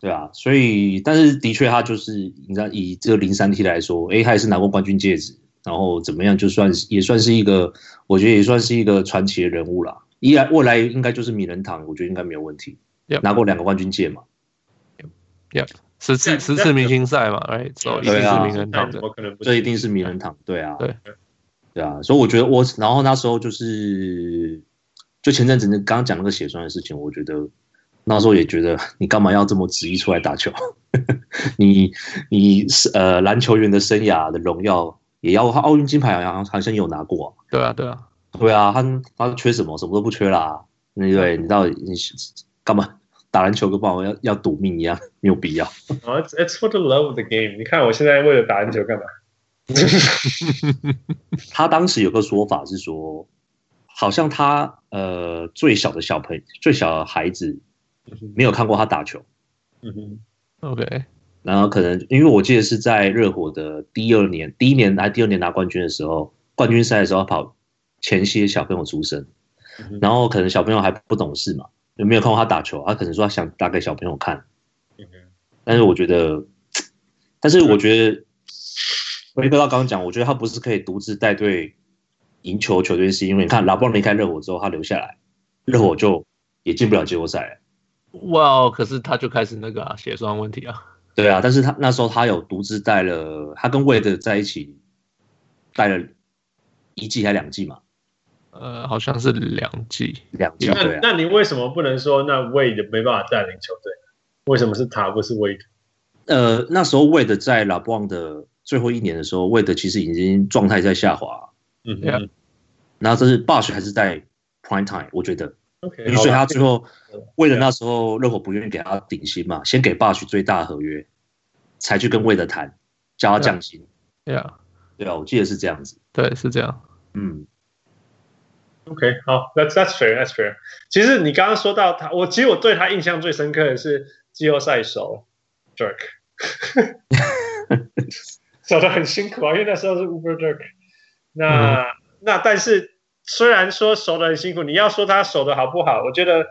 Speaker 3: 对啊，所以但是的确，他就是你知道，以这个零三 T 来说，诶，他也是拿过冠军戒指，然后怎么样，就算是也算是一个，我觉得也算是一个传奇的人物啦。依然未来应该就是名人堂，我觉得应该没有问题。
Speaker 2: Yep
Speaker 3: 拿过两个冠军戒嘛，
Speaker 2: 十次
Speaker 1: 对
Speaker 2: 十次明星赛嘛，right？所以一定
Speaker 3: 对
Speaker 2: 是
Speaker 3: 啊
Speaker 2: 名人堂
Speaker 1: 怎
Speaker 2: 的。
Speaker 1: 哦么可能不
Speaker 3: 这一定是名人堂，对啊，
Speaker 2: 对，
Speaker 3: 对啊，所以我觉得我，然后那时候就是，就前阵子那刚刚讲那个血栓的事情，我觉得那时候也觉得你干嘛要这么执意出来打球？ [laughs] 你你是呃篮球员的生涯的荣耀也要，他奥运金牌好像好像有拿过啊、
Speaker 2: 对啊，对啊，
Speaker 3: 对啊，他他缺什么？什么都不缺啦。那对你到底你是干嘛打篮球跟棒球要要赌命一样，没有必要。
Speaker 1: 哦，it's it's for the love of the game。你看我现在为了打篮球
Speaker 3: [laughs]
Speaker 1: 干嘛？
Speaker 3: 他当时有个说法是说，好像他呃最小的小朋最小的孩子没有看过他打球，
Speaker 1: 嗯哼，
Speaker 2: ，OK，
Speaker 3: 然后可能因为我记得是在热火的第二年，第一年还第二年拿冠军的时候，冠军赛的时候他跑前些小朋友出生
Speaker 1: 嗯哼，
Speaker 3: 然后可能小朋友还不懂事嘛，就没有看过他打球，他可能说他想打给小朋友看，
Speaker 1: 嗯哼
Speaker 3: 但是我觉得，但是我觉得，回归到刚刚讲，我觉得他不是可以独自带队赢球球队，是因为你看拉布朗离开热火之后，他留下来，热火就也进不了季后赛了。
Speaker 2: 哇、可是他就开始那个啊，血栓问题啊，
Speaker 3: 对啊，但是他那时候他有独自带了，他跟魏德在一起带了一季还两季嘛，
Speaker 2: 呃，好像是两季，
Speaker 3: 两季
Speaker 1: 那
Speaker 3: 对啊，
Speaker 1: 那你为什么不能说那 Wade 没办法带领球队？为什么是他不是 Wade？
Speaker 3: 呃，那时候魏德在拉布朗的最后一年的时候，魏德其实已经状态在下滑，
Speaker 1: 嗯
Speaker 2: Yeah
Speaker 1: 哼
Speaker 3: 然后这是 Bosh 还是在 Prime Time，我觉得。
Speaker 1: ，OK，
Speaker 3: 因为所以
Speaker 1: 好
Speaker 3: 他
Speaker 1: 吧
Speaker 3: 最后
Speaker 1: 对
Speaker 3: 为了那时候热火不愿意给他顶薪嘛，先给 Bosh 最大合约，才去跟魏德谈，叫他降
Speaker 1: 嗯
Speaker 3: 薪。
Speaker 2: ，Yeah，
Speaker 3: 对啊，我记得是这样子。
Speaker 2: 对，是这样，
Speaker 3: 嗯，
Speaker 1: OK，好，That's That's fair, That's fair。其实你刚刚说到他，我其实我对他印象最深刻的是季后赛手 Dirk，守的很辛苦啊，因为那时候是 Uber Dirk。那、那但是虽然说守的很辛苦，你要说他守的好不好，我觉得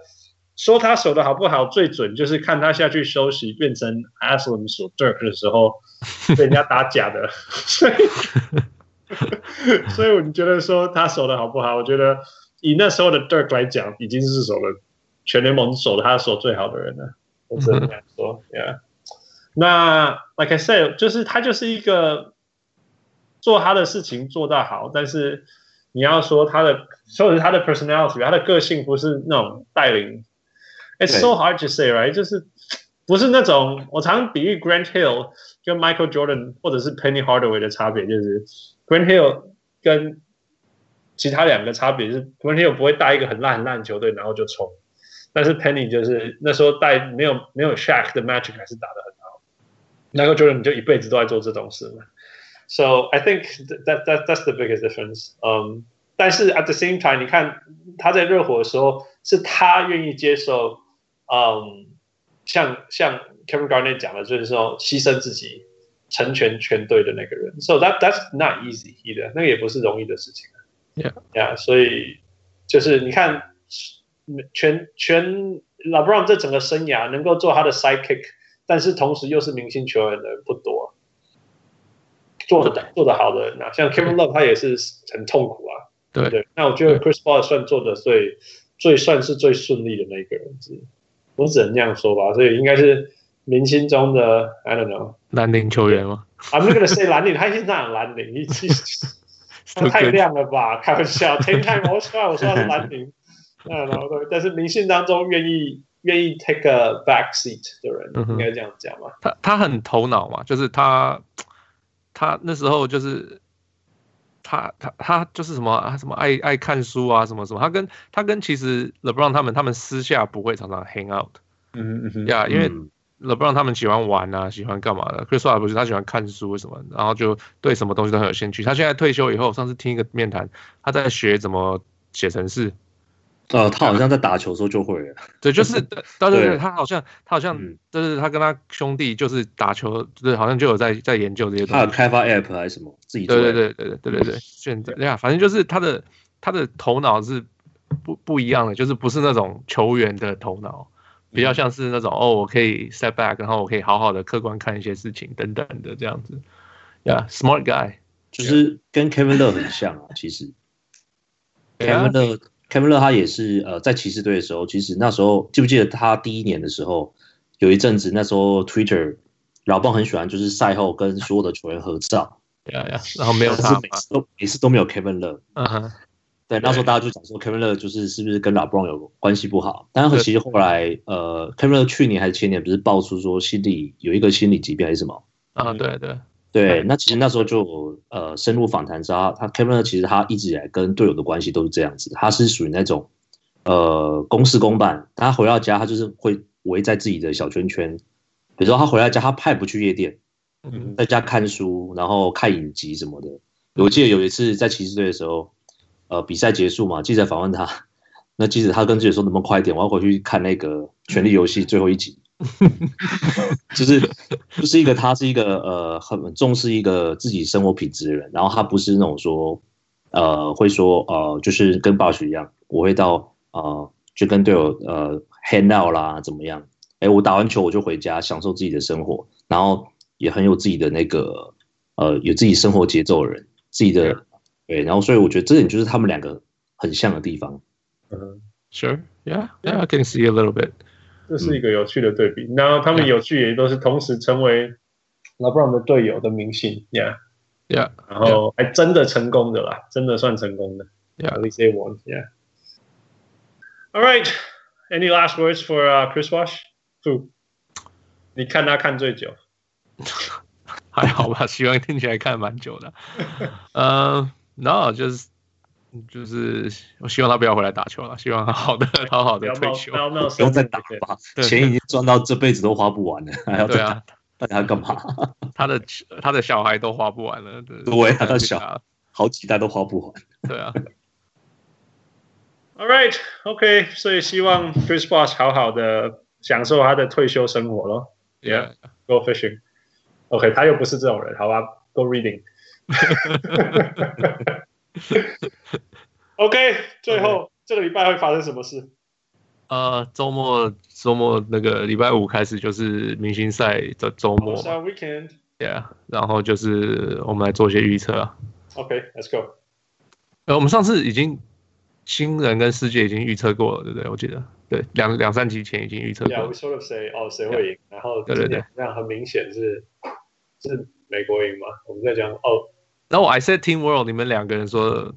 Speaker 1: 说他守的好不好最准就是看他下去休息变成 Aslam 守 Dirk 的时候 [laughs] 被人家打假的，所以。 [laughs] 所以你觉得说他守的好不好？我觉得以那时候的 Dirk 来讲，已经是守了全联盟守他守最好的人了。我只能这样说、y e a h 那 like I said，就是他就是一个做他的事情做到好，但是你要说他的，或者是他的 personality，他的个性不是那种带领。It's so hard to say, right？就是不是那种我常比喻 Grant Hill 跟 Michael Jordan 或者是 Penny Hardaway 的差别，就是 Grant Hill 跟其他两个差别是 Grant Hill 不会带一个很烂很烂的球队然后就冲，但是 Penny 就是那时候带没有没有 Shaq 的 Magic 还是打得很好，Michael Jordan 就一辈子都在做这种事嘛。So I think that that that's the biggest difference. 嗯、但是 at the same time，你看他在热火的时候，是他愿意接受，嗯，像像 Kevin Garnett 讲的，就是说牺牲自己，成全全队的那个人。So that that's not easy either，那个也不是容易的事情。
Speaker 2: Yeah.
Speaker 1: yeah，所以就是你看，全全 LeBron 这整个生涯能够做他的 sidekick，但是同时又是明星球员的人不多。做的做的好的人啊，像 Kevin Love 他也是很痛苦啊，
Speaker 2: 对
Speaker 1: 对，那我觉得 Chris Paul 算做的最最算是最顺利的那一个人之一，我只能这样说吧。所以应该是明星中的 I don't know。
Speaker 2: 蓝领球员嘛
Speaker 1: I'm not gonna say 蓝领，他现在很蓝领，你你
Speaker 2: [laughs] ，still
Speaker 1: 太
Speaker 2: good，
Speaker 1: 亮了吧？开玩笑，天太魔幻，我说他是蓝领，那然后但是明星当中愿意愿意 take a back seat 的人，
Speaker 2: 嗯哼
Speaker 1: 应该这样讲吧？
Speaker 2: 他他很头脑嘛，就是他他那时候就是。他他他就是什么啊什么爱爱看书啊什么什么，他跟他跟其实 LeBron 他们他们私下不会常常 hang out，
Speaker 1: 嗯嗯嗯
Speaker 2: 呀、因为
Speaker 3: 嗯
Speaker 2: LeBron 他们喜欢玩啊，喜欢干嘛的？Chris Paul 不是他喜欢看书什么，然后就对什么东西都很有兴趣。他现在退休以后，上次听一个面谈，他在学怎么写程式。
Speaker 3: 呃，他好像在打球的时候就会了。
Speaker 2: 对，就是，
Speaker 3: [laughs]
Speaker 2: 但是
Speaker 3: 对
Speaker 2: 他好像，他好像
Speaker 3: 嗯，
Speaker 2: 就是他跟他兄弟就是打球，就是好像就有在在研究这些东
Speaker 3: 他有
Speaker 2: 西。
Speaker 3: 开发 app 还是什么自己做？
Speaker 2: 对对，对对对对对，选择呀，反正就是他的他的头脑是不不一样的，就是不是那种球员的头脑，比较像是那种哦，我可以 step back，然后我可以好好的客观看一些事情等等的这样子。Yeah，smart guy。 [laughs]
Speaker 3: 就是跟 Kevin Love 很像啊，其实 Kevin Love Kevin 勒他也是呃，在骑士队的时候，其实那时候记不记得他第一年的时候，有一阵子那时候 Twitter 老棒很喜欢就是赛后跟所有的球员合照，
Speaker 2: 对呀，然后没有
Speaker 3: 但
Speaker 2: 他
Speaker 3: 是
Speaker 2: 嘛
Speaker 3: 每，次都每次都没有 Kevin 勒。
Speaker 2: 嗯哼，
Speaker 3: 对，那时候大家就讲说 Kevin 勒就是是不是跟老棒有关系不好，但是其实后来呃，Kevin 勒去年还是前年不是爆出说心理有一个心理疾病还是什么？
Speaker 2: 啊，对对，
Speaker 3: 对，那其实那时候就呃深入访谈之后，他 Kevin 勒其实他一直以来跟队友的关系都是这样子，他是属于那种呃公事公办，他回到家他就是会围在自己的小圈圈，比如说他回到家他派不去夜店，
Speaker 2: 嗯
Speaker 3: 在家看书，然后看影集什么的。我记得有一次在骑士队的时候，呃，比赛结束嘛，记者访问他， [laughs] 那记者他跟记者说：“能不能快一点？我要回去看那个《权力游戏》最后一集。”就是就是一个他是一个呃很重视一个自己生活品质的人，然后他不是那种说呃会说呃就是跟 Bosh 一样，我会到呃就跟队友呃 hang out 啦怎么样？哎，我打完球我就回家享受自己的生活，然后也很有自己的那个呃有自己生活节奏的人，自己的对，然后所以我觉得这点就是他们两个很像的地方。
Speaker 1: 嗯，
Speaker 2: ，Sure，Yeah，Yeah，I can see a little bit，
Speaker 1: 这是一个有趣的对比。然后他们有趣也都是同时成为 LeBron 的队友的明星，Yeah，
Speaker 2: Yeah，
Speaker 1: 然后还真的成功的啦，真的算成功的。
Speaker 2: Yeah.
Speaker 1: at least they won. Yeah. All right. Any last words for uh, Chris Wash? Who? 你看他看最久，
Speaker 2: 还好吧，希望听起来看蛮久的。呃，然后就是就是，我希望他不要回来打球了，希望他好的好好
Speaker 1: 不
Speaker 2: 的
Speaker 1: 要
Speaker 2: 退
Speaker 1: 冒
Speaker 2: 休
Speaker 1: 不。要闹
Speaker 3: 不
Speaker 1: 生病
Speaker 3: 用再打了吧，钱已经赚到这辈子都花不完了，还要
Speaker 2: 对
Speaker 3: 再
Speaker 2: 啊
Speaker 3: 打，，到底要干嘛？
Speaker 2: 他的他的小孩都花不完了。对
Speaker 3: 对啊他小
Speaker 2: 小
Speaker 3: 好几代都花不完。
Speaker 2: 对啊，
Speaker 1: All right, OK，所以希望 Chris Bosh 好好的享受他的退休生活咯。Yeah. Go fishing. OK，他又不是这种人，好吧？Go reading. [laughs] OK，最后这个礼拜会发生什么事？
Speaker 2: 呃，周末周末那个礼拜五开始就是明星赛的周末
Speaker 1: It's
Speaker 2: 嘛
Speaker 1: our weekend.
Speaker 2: ，Yeah，然后就是我们来做一些预测啊。
Speaker 1: OK，let's、go.
Speaker 2: 呃，我们上次已经新人跟世界已经预测过了，对不对？我记得，对，两两三集前已经预测过
Speaker 1: Yeah,
Speaker 2: 了
Speaker 1: we。sort of say 哦谁会赢，然后
Speaker 2: 对对对，
Speaker 1: 那很明显是是美国赢嘛。我们在讲哦，
Speaker 2: 然后我 I said Team World，你们两个人说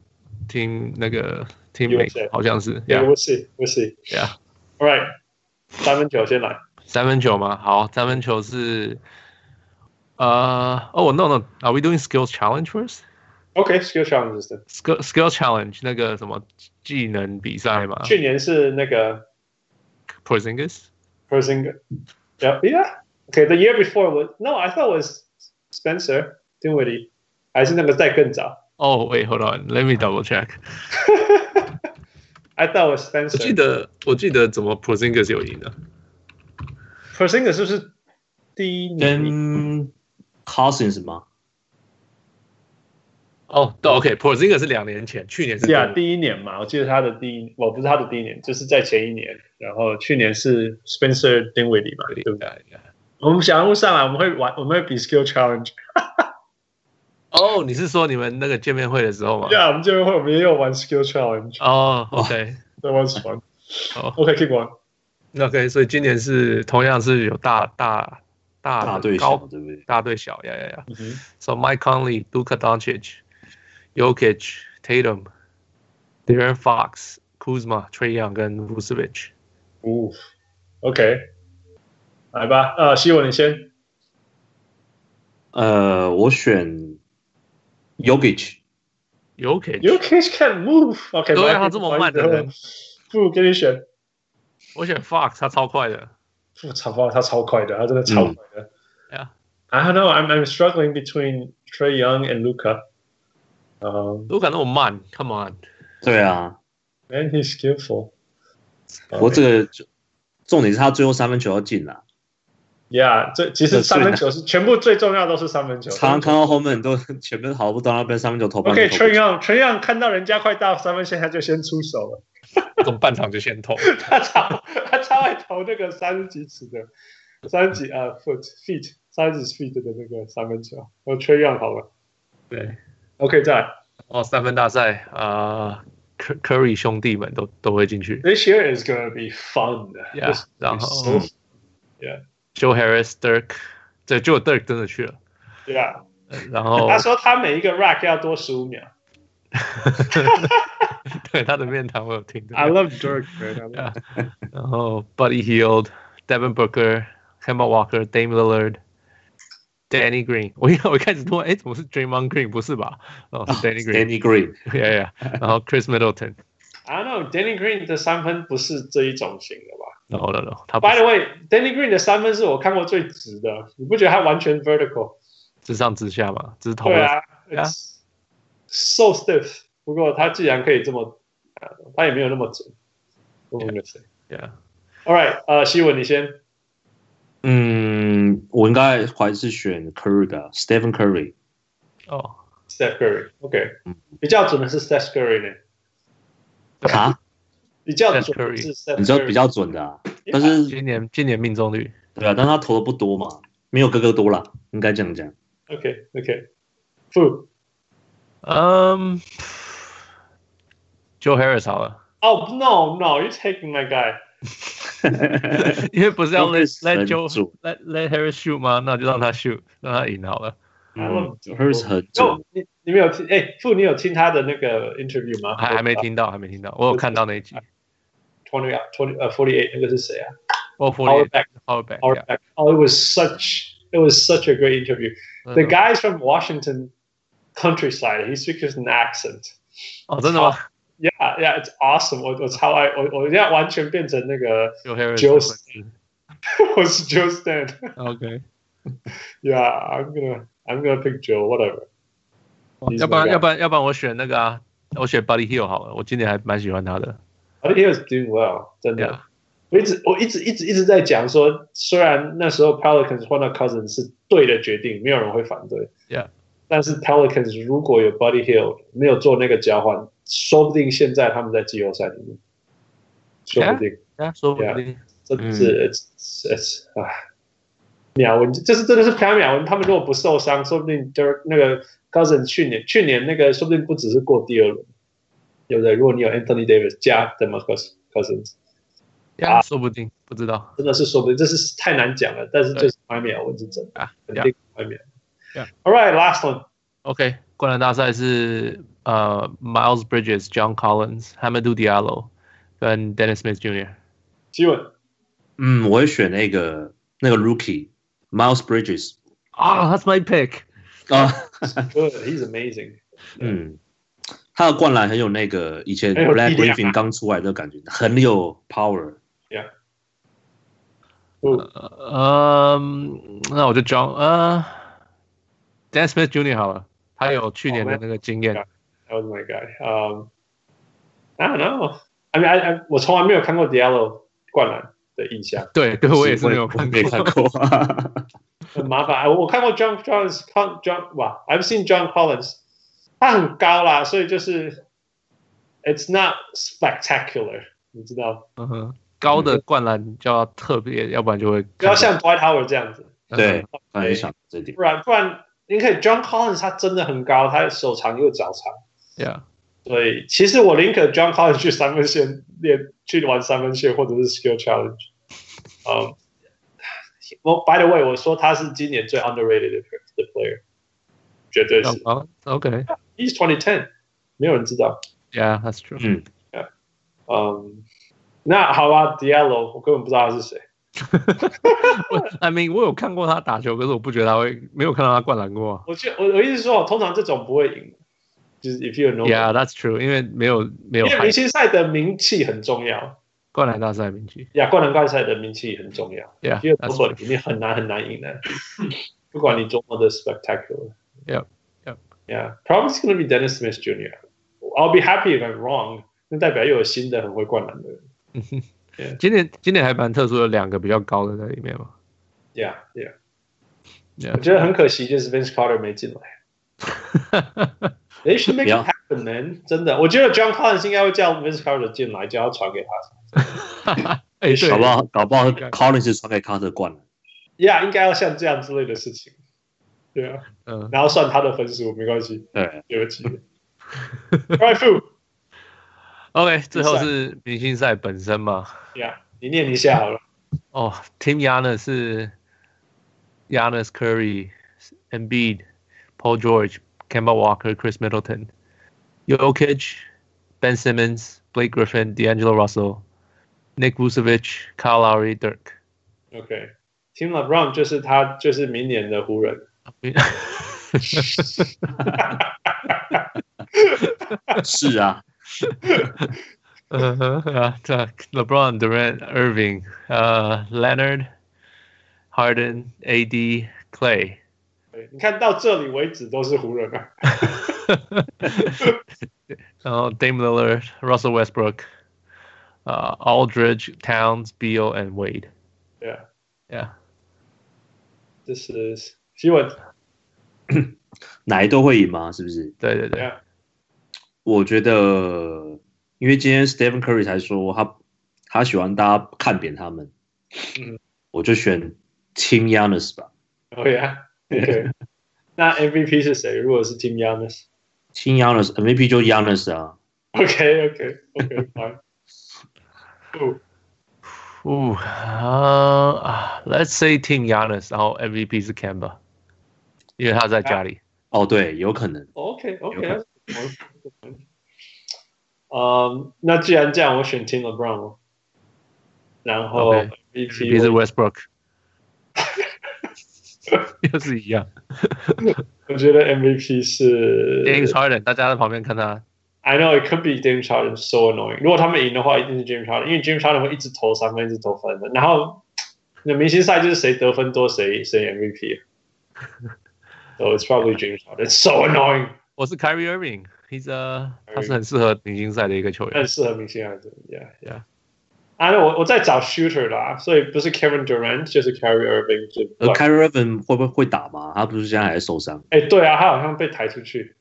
Speaker 2: Team 那个 Team 美
Speaker 1: USA
Speaker 2: 好像是
Speaker 1: 对，
Speaker 2: ，Yeah
Speaker 1: 我是我是
Speaker 2: Yeah，
Speaker 1: ，All right，三分球先来，
Speaker 2: 三分球吗？好，三分球是，呃，哦、no no，Are we doing skills challenge first？
Speaker 1: OK，skill challenge 的。
Speaker 2: Skill Skill Challenge 那个什么技能比赛嘛
Speaker 1: 去年是那个
Speaker 2: ，Porzingis
Speaker 1: Persinger，Yeah，Yeah，OK，the year before was no，I thought was Spencer Dinwiddie，还是那个再更早
Speaker 2: 哦、w a i t hold on，let me double check。
Speaker 1: [laughs] ，I thought was
Speaker 2: 我记
Speaker 1: Spencer。
Speaker 2: 得我记得怎么 Porzingis 有赢的
Speaker 1: Persinger 是不是第一年？
Speaker 3: 跟 Cousins 吗？
Speaker 2: 哦，对，OK，Porzingis 是两年前，去年是
Speaker 1: 对啊，第一年嘛，我记得他的第一，我不是他的第一年，就是在前一年。然后去年是 Spencer Dinwiddie 嘛，对不对？我们小人物上来，我们会玩，我们会比 Skill Challenge。
Speaker 2: 哦，你是说你们那个见面会的时候吗？
Speaker 1: 对啊，我们这边会，我们也有玩 Skill Challenge。
Speaker 2: 哦，OK，
Speaker 1: That was fun.
Speaker 2: 好
Speaker 1: OK，keep on.
Speaker 2: OK，所以今年是同样是有大大大
Speaker 3: 大对
Speaker 2: 高
Speaker 3: 小，对不对？
Speaker 2: 大对小呀呀呀。So Mike Conley, Luka Doncic, Jokic, Tatum, De'Aaron Fox, Kuzma, Trey Young 跟 Vucevic。
Speaker 1: Oof. Uh, OK，来吧。呃，希文你先。
Speaker 3: 呃，我选 Yogic，
Speaker 2: Jokic，
Speaker 1: You can can move. OK，
Speaker 2: 对啊
Speaker 1: 不好意思
Speaker 2: 这么慢的人。
Speaker 1: 不，给你选。
Speaker 2: 我选 Fox，他超快的。
Speaker 1: 不，超快，他超快的，他真的超快的。
Speaker 2: Yeah.
Speaker 1: I don't know. I'm I'm struggling between Trey Young and Luca. Um,
Speaker 2: 卢卡那么慢，Come on。
Speaker 3: 对啊，
Speaker 1: man, he's
Speaker 3: [laughs]
Speaker 1: skillful.
Speaker 3: 不过这个就重点是他最后三分球要进了，
Speaker 1: Yeah，这其实
Speaker 3: 这最
Speaker 1: 三分
Speaker 3: 难
Speaker 1: 球是全部最重要都是三分球。
Speaker 3: 常常看到后面都前面好不到那边三分球投半
Speaker 1: OK，
Speaker 3: 球投不
Speaker 1: 陈
Speaker 3: 进。
Speaker 1: 样陈样看到人家快到三分线，他就先出手了。
Speaker 2: 这种半场就先
Speaker 3: [laughs]
Speaker 2: 投。
Speaker 1: [laughs] 他超他超爱投那个三十几尺的三十几呃 uh, foot feet 三十几 feet 的那个三分球。我吹样好了。
Speaker 2: 对，
Speaker 1: OK，再来。
Speaker 2: 哦，三分大赛啊、呃 Cur- Curry 兄弟们都都会进去。
Speaker 1: This year is gonna be fun.
Speaker 2: Yeah，
Speaker 1: This-
Speaker 2: 然后
Speaker 1: so-
Speaker 2: Joe Harris、Dirk，对，结果 Dirk 真的去了。
Speaker 1: Yeah，
Speaker 2: 呃然后
Speaker 1: 他说他每一个 rack 要多十五秒。
Speaker 2: [laughs] 对他的面谈我有听到。
Speaker 1: I love Dirk. Man. I love-
Speaker 2: Yeah. 然后 Oh, Buddy Hield、Devin Booker、Kemba Walker、Dame Lillard、Danny Green，我 [laughs] 一我一开始说，哎，怎么是 Draymond Green？不是吧？哦，
Speaker 1: Oh,
Speaker 2: 是 Danny Green，
Speaker 3: 啊 Danny Green，
Speaker 2: yeah yeah。然后 Chris Middleton，
Speaker 1: I don't know. Danny Green 的三分不是这一种型的吧
Speaker 2: 然后了了，他不
Speaker 1: ？By
Speaker 2: 是
Speaker 1: the way，Danny Green 的三分是我看过最直的，你不觉得他完全 vertical？
Speaker 2: 直上直下嘛，直投
Speaker 1: 对
Speaker 2: 了。
Speaker 1: 啊，it's，so stiff。不过他既然可以这么，呃他也没有那么准。我没有谁。
Speaker 2: Yeah，
Speaker 1: All right，呃，希文你先。
Speaker 3: 嗯，我应该还是选 Curry 的 Stephen Curry，
Speaker 1: Oh,
Speaker 2: 哦，
Speaker 1: Steph Curry，OK，、
Speaker 3: 嗯
Speaker 1: 比较准的是 Steph Curry 呢，
Speaker 2: 对
Speaker 3: 啊，
Speaker 1: 比较准
Speaker 2: Steph
Speaker 1: 的
Speaker 2: Curry
Speaker 1: 是 Steph Curry，
Speaker 3: 你知道比较准的、啊，但是
Speaker 2: 今年今年命中率
Speaker 3: 对啊，但他投的不多嘛，没有哥哥多啦，应该这
Speaker 1: [laughs]
Speaker 3: 样讲。
Speaker 1: OK OK，不，
Speaker 2: 嗯，Joe Harris 好 [laughs] 了，
Speaker 1: 哦、no no，you taking my guy，
Speaker 2: 因为不是要 let
Speaker 3: Joe Harris
Speaker 2: let
Speaker 3: 很
Speaker 2: Joe
Speaker 3: 准
Speaker 2: let let Harris shoot 吗？那就让他 shoot，让他赢好了。
Speaker 1: I love
Speaker 3: [laughs] 嗯，Curry 很
Speaker 1: 就
Speaker 3: 准，
Speaker 1: 你你没有听？哎、傅，你有听他的那个 interview 吗？
Speaker 2: 哦还还没。听到，还没听到，我有看到那一集。
Speaker 1: Twenty twenty 呃 forty eight 那个是谁啊
Speaker 2: 我 f o r
Speaker 1: ？Howard
Speaker 2: t
Speaker 1: Beck。
Speaker 2: Howard Beck，
Speaker 1: Howard Beck. Oh, it was such it was such a great interview. The guy's from Washington countryside. He speaks with an accent.
Speaker 2: 哦，真的吗
Speaker 1: Yeah, yeah, it's awesome. 我我超爱我我现在完全变成那个
Speaker 2: ？Joe Harris
Speaker 1: 就
Speaker 2: 的
Speaker 1: 是
Speaker 2: 粉
Speaker 1: [laughs]
Speaker 2: 丝
Speaker 1: 我是 Joe Stan.
Speaker 2: OK，
Speaker 1: Yeah, I'm gonna I'm gonna pick Joe. Whatever. He's
Speaker 2: 哦要不然
Speaker 1: my guy.
Speaker 2: 要不然要不然我选那个啊，我选 Buddy Hill 好了，我今年还蛮喜欢他的。
Speaker 1: I think he was doing well. 真的。
Speaker 2: Yeah，
Speaker 1: 我一直我一直一直一直在讲说，虽然那时候 Pelicans 换到 Cousins 是对的决定，没有人会反对。
Speaker 2: Yeah.
Speaker 1: 但是 Pelicans 如果有 Buddy Hill 没有做那个交换，说不定现在他们在季后赛里面，说不定
Speaker 2: 那说不定
Speaker 1: 这
Speaker 2: 嗯
Speaker 1: 是 it's it's 唉，秒文这是真的是飘秒文，他们如果不受伤，说不定就是那个 Cousins 去年去年那个说不定不只是过第二轮，对不对？如果你有 Anthony Davis 加 Demarcus Cousins。啊
Speaker 2: 呀，说不定不知道。
Speaker 1: 真的是说不定，这是太难讲了。但是就是怀缅文是真的，
Speaker 2: 啊
Speaker 1: 肯
Speaker 2: 呀
Speaker 1: 定怀缅。
Speaker 2: Yeah.
Speaker 1: All right, last one.
Speaker 2: OK，灌篮大赛是呃 Miles Bridges、John Collins、Hamidou Diallo 跟 Dennis Smith Jr.
Speaker 1: 基本
Speaker 3: 嗯，我会选那个那个 Rookie Miles Bridges
Speaker 2: 啊，That's my pick。
Speaker 3: 啊，
Speaker 1: good, he's amazing.
Speaker 3: 嗯，他的灌篮很有那个以前
Speaker 1: 很有
Speaker 3: Black
Speaker 1: 力量啊
Speaker 3: Griffin 刚出来的感觉，很有 power。
Speaker 1: 不，
Speaker 2: 嗯，那我就 John 呃 Dennis Smith Jr. 好了，他有去年的那个经验。
Speaker 1: that was my guy. Um, I don't know. I mean, I, I 我从来没有看过 Diallo 灌篮的印象，
Speaker 2: 对对，我也是没有看
Speaker 3: 没
Speaker 2: 过。
Speaker 3: 看过。
Speaker 1: 很麻烦。我我看过 John Collins, Con- John 哇，I've seen John Collins，他很高啦，所以就是 uh, it's not spectacular，你知道，
Speaker 2: 嗯哼，高的灌篮就要特别，要不然就会嗯
Speaker 1: 不要像 Dwight Howard 这样子。
Speaker 3: 对，
Speaker 1: OK
Speaker 3: 很想这点
Speaker 1: 不。然不然，你可以 John Collins 他真的很高，他手长又脚长，
Speaker 2: ，Yeah，
Speaker 1: 所以其实我宁可 John Collins 去三分线练去玩三分线或者是 skill challenge。嗯，我 by the way 我说他是今年最 underrated 的 the player，绝对是。
Speaker 2: 啊，OK，Yeah，That's
Speaker 1: He's twenty ten，没有人知道。 [laughs]
Speaker 2: true。
Speaker 3: 嗯，
Speaker 1: 嗯，那好吧，Diallo 我根本不知道他是谁。
Speaker 2: I mean，我有看过他打球，可是我不觉得他会，没有看到他灌篮过啊。
Speaker 1: 我觉我我意思说，通常这种不会赢，就是 if you know，
Speaker 2: Yeah，That's true，因为没有没
Speaker 1: 因
Speaker 2: 有
Speaker 1: 为明
Speaker 2: hype，
Speaker 1: 星赛的名气很重要。
Speaker 2: 灌篮大赛名气。
Speaker 1: 亚冠篮冠赛的名气很重要，因为夺
Speaker 2: Yeah，That's
Speaker 1: 冠
Speaker 2: true。
Speaker 1: 里面很难很难赢的，不管你多么的 spectacular。
Speaker 2: Yep, yep.
Speaker 1: Yeah, probably it's gonna be Dennis Smith Jr. I'll be happy if I'm wrong. 那代表又有新的很会灌篮的人。
Speaker 2: 今年今年还蛮特殊的，两个比较高的在里面嘛。
Speaker 1: Yeah, yeah. 我
Speaker 2: Yeah，
Speaker 1: 觉得很可惜，就是 Vince Carter 没进来。They should make
Speaker 3: 不要
Speaker 1: it happen, man. 真的，我觉得 John Collins 应该会叫 Vince Carter 进来，叫他传给他。
Speaker 2: [laughs] 哎，
Speaker 1: 对
Speaker 2: 对，
Speaker 3: 搞不好搞不好
Speaker 2: 应该
Speaker 3: Collins 传给 Carter 灌篮。
Speaker 1: Yeah，应该要像这样之类的事情。对啊，
Speaker 2: 嗯，
Speaker 1: 然后算他的分数没关系，
Speaker 3: 对，
Speaker 1: 对不起。Right, food.
Speaker 2: OK，最后是明星赛本身嘛。
Speaker 1: 呀，你念一下好了。
Speaker 2: 哦，Team Yanis 是 Yanis Curry、Embiid、Paul George、Kemba Walker、Chris Middleton、Jokic、Ben Simmons、Blake Griffin、D'Angelo Russell、Nick Vucevic、Kyle Lowry、Dirk。
Speaker 1: OK，Team LeBron 就是他，就是明年的湖人。
Speaker 2: Uh-huh.
Speaker 3: 是啊， [laughs]
Speaker 2: Uh huh. Uh, Doc, LeBron, Durant, Irving, uh, Leonard, Harden, AD, Clay.
Speaker 1: 对你看到这里为止都是湖人啊。
Speaker 2: [laughs] Oh, Dame Lillard, Russell Westbrook, uh, Aldridge, Towns, Beal, and Wade.
Speaker 1: Yeah,
Speaker 2: Yeah.
Speaker 1: this is 新闻。
Speaker 3: 哪一队会赢吗？是不是？
Speaker 2: 对对对，
Speaker 1: Yeah，
Speaker 3: 我觉得，因为今天 Stephen Curry 才说他他喜欢大家看扁他们，
Speaker 1: 嗯
Speaker 3: 我就选 Team Yanis 吧。
Speaker 1: 哦呀，OK。那 MVP 是谁？如果是 Team Yanis，OK
Speaker 3: Team Yanis MVP 就 Yanis 啊，
Speaker 1: OK OK fine。哦
Speaker 2: Ooh, uh, let's say Team Giannis，然后 oh, MVP 是 Kemba，因为他在家里。
Speaker 3: 哦对，有可能。
Speaker 1: ，OK
Speaker 3: 有可
Speaker 1: OK。嗯，Um, 那既然这样，我选 Team LeBron 哦。然后
Speaker 2: OK，
Speaker 1: MVP
Speaker 2: 你是
Speaker 1: 我 [laughs]
Speaker 2: Westbrook，又是一样。
Speaker 1: 我觉得 MVP 是
Speaker 2: James Harden，大家在旁边看他
Speaker 1: I know it could be James Harden so annoying。如果他们赢的话，一定是 James Harden，因为 James Harden 会一直投三分，一直投三分。然后那明星赛就是谁得分多谁谁 MVP。So it's probably James Harden. It's so annoying，
Speaker 2: 我是 Kyrie uh, Irving，he's a 他
Speaker 1: Kyrie
Speaker 2: 是很适合明星赛的一个球员
Speaker 1: 但。适合明星赛的。Yeah,
Speaker 2: Yeah.
Speaker 1: yeah. 啊，那我我在找 shooter 啦，所以不是 Kevin Durant 就是 Kyrie Irving 就
Speaker 3: 而 Kyrie Irving 会不会会打吗？他不是现在还受伤？
Speaker 1: 哎，对啊，他好像被抬出去。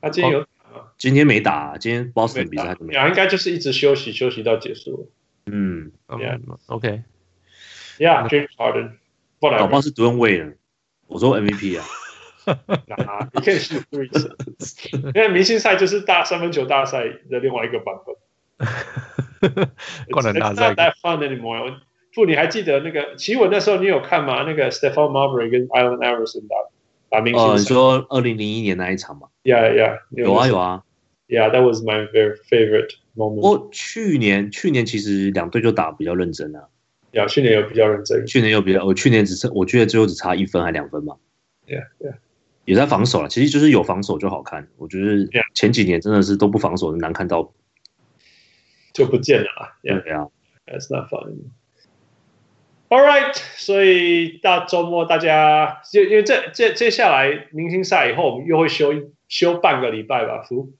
Speaker 1: 他今天
Speaker 3: 哦
Speaker 1: 有
Speaker 3: 今天没打、啊今天 Boston 比赛都没打。
Speaker 1: 啊，应该就是一直休息，休息到结束。
Speaker 3: 嗯，
Speaker 2: 嗯
Speaker 1: Yeah
Speaker 2: [laughs] ，OK，
Speaker 1: Yeah, James Harden，不然
Speaker 3: 搞不好是 d w a n Wade 呢。我说 MVP 啊，
Speaker 1: 啊，你可以试试一次，
Speaker 3: [laughs]
Speaker 1: 因为明星赛就是大三分球大赛的另外一个版本。
Speaker 2: 灌篮大
Speaker 1: It's not
Speaker 2: 赛
Speaker 1: that fun anymore。不，你还记得那个奇闻那时候你有看吗？那个 Stephon Marbury 跟 Allen Iverson 打打明星
Speaker 3: 哦，你
Speaker 1: 赛。
Speaker 3: 说二零零一年那一场嘛？
Speaker 1: Yeah, yeah，你
Speaker 3: 有啊有啊。
Speaker 1: Yeah, that was my very favorite
Speaker 3: 不
Speaker 1: moment。
Speaker 3: 过去年去年其实两队就打比较认真啊，
Speaker 1: 呀，去年有比较认真。
Speaker 3: 去年又比较，我去年只是我觉得最后只差一分还两分嘛，
Speaker 1: Yeah, yeah。
Speaker 3: 也在防守了。其实就是有防守就好看。我觉得
Speaker 1: Yeah
Speaker 3: 前几年真的是都不防守，难看到。
Speaker 1: 就不见了啊。
Speaker 3: 对
Speaker 1: Yeah,
Speaker 3: 啊，
Speaker 1: that's not fun. anymore. All right，所以大周末大家，因因为这这接下来明星赛以后，我们又会休一休半个礼拜吧，福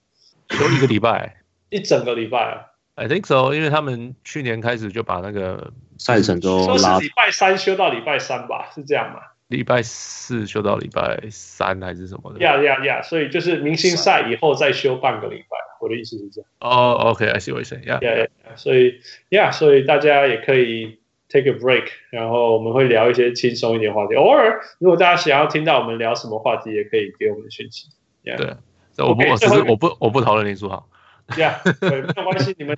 Speaker 2: 休一个礼拜
Speaker 1: 一整个礼拜啊，
Speaker 2: ，I think so，因为他们去年开始就把那个
Speaker 3: 赛程都
Speaker 1: 说
Speaker 3: 拉
Speaker 1: 是礼拜三休到礼拜三吧，是这样吗
Speaker 2: 礼拜四休到礼拜三还是什么的。
Speaker 1: ？Yeah yeah yeah，所以就是明星赛以后再休半个礼拜，我的意思是这样。
Speaker 2: 哦，OK，I see what you say，Yeah，
Speaker 1: [laughs] Yeah yeah，yeah，所以 Yeah，所以大家也可以 take a break，然后我们会聊一些轻松一点的话题。偶尔如果大家想要听到我们聊什么话题，也可以给我们讯息。
Speaker 2: 对。所以我不，
Speaker 1: OK，
Speaker 2: 我只
Speaker 1: 最后
Speaker 2: 是
Speaker 1: 一个
Speaker 2: 我不，我不讨论林书豪。
Speaker 1: Yeah，对，没有关系，你们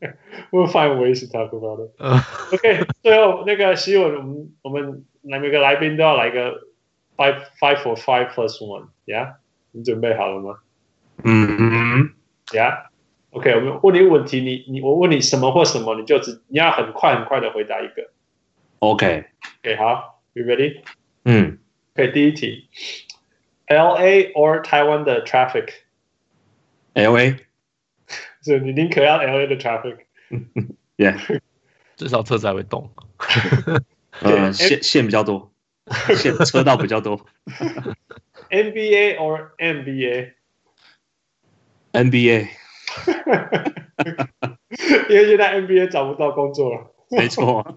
Speaker 1: [laughs] we'll find ways to talk about it。
Speaker 2: 呃
Speaker 1: OK，最后那个希望我们我们来每个来宾都要来个 five five for five plus one，Yeah，你准备好了吗
Speaker 3: 嗯，
Speaker 1: ？Yeah，OK，、我们问你一个问题，你你我问你什么或什么，你就只你要很快很快的回答一个。
Speaker 3: OK，
Speaker 1: OK，好，You ready？
Speaker 3: 嗯
Speaker 1: OK，第一题，LA or 台湾的 traffic，
Speaker 3: ，L A，
Speaker 1: 所以你宁可要 LA 的 traffic。
Speaker 2: 至少车子还会 [laughs] 动。
Speaker 3: 呃，线线比较多，线车道比较多
Speaker 1: NBA or NBA？
Speaker 3: ，NBA，
Speaker 1: [laughs] 因为现在 NBA 找不到工作了。
Speaker 3: 没错。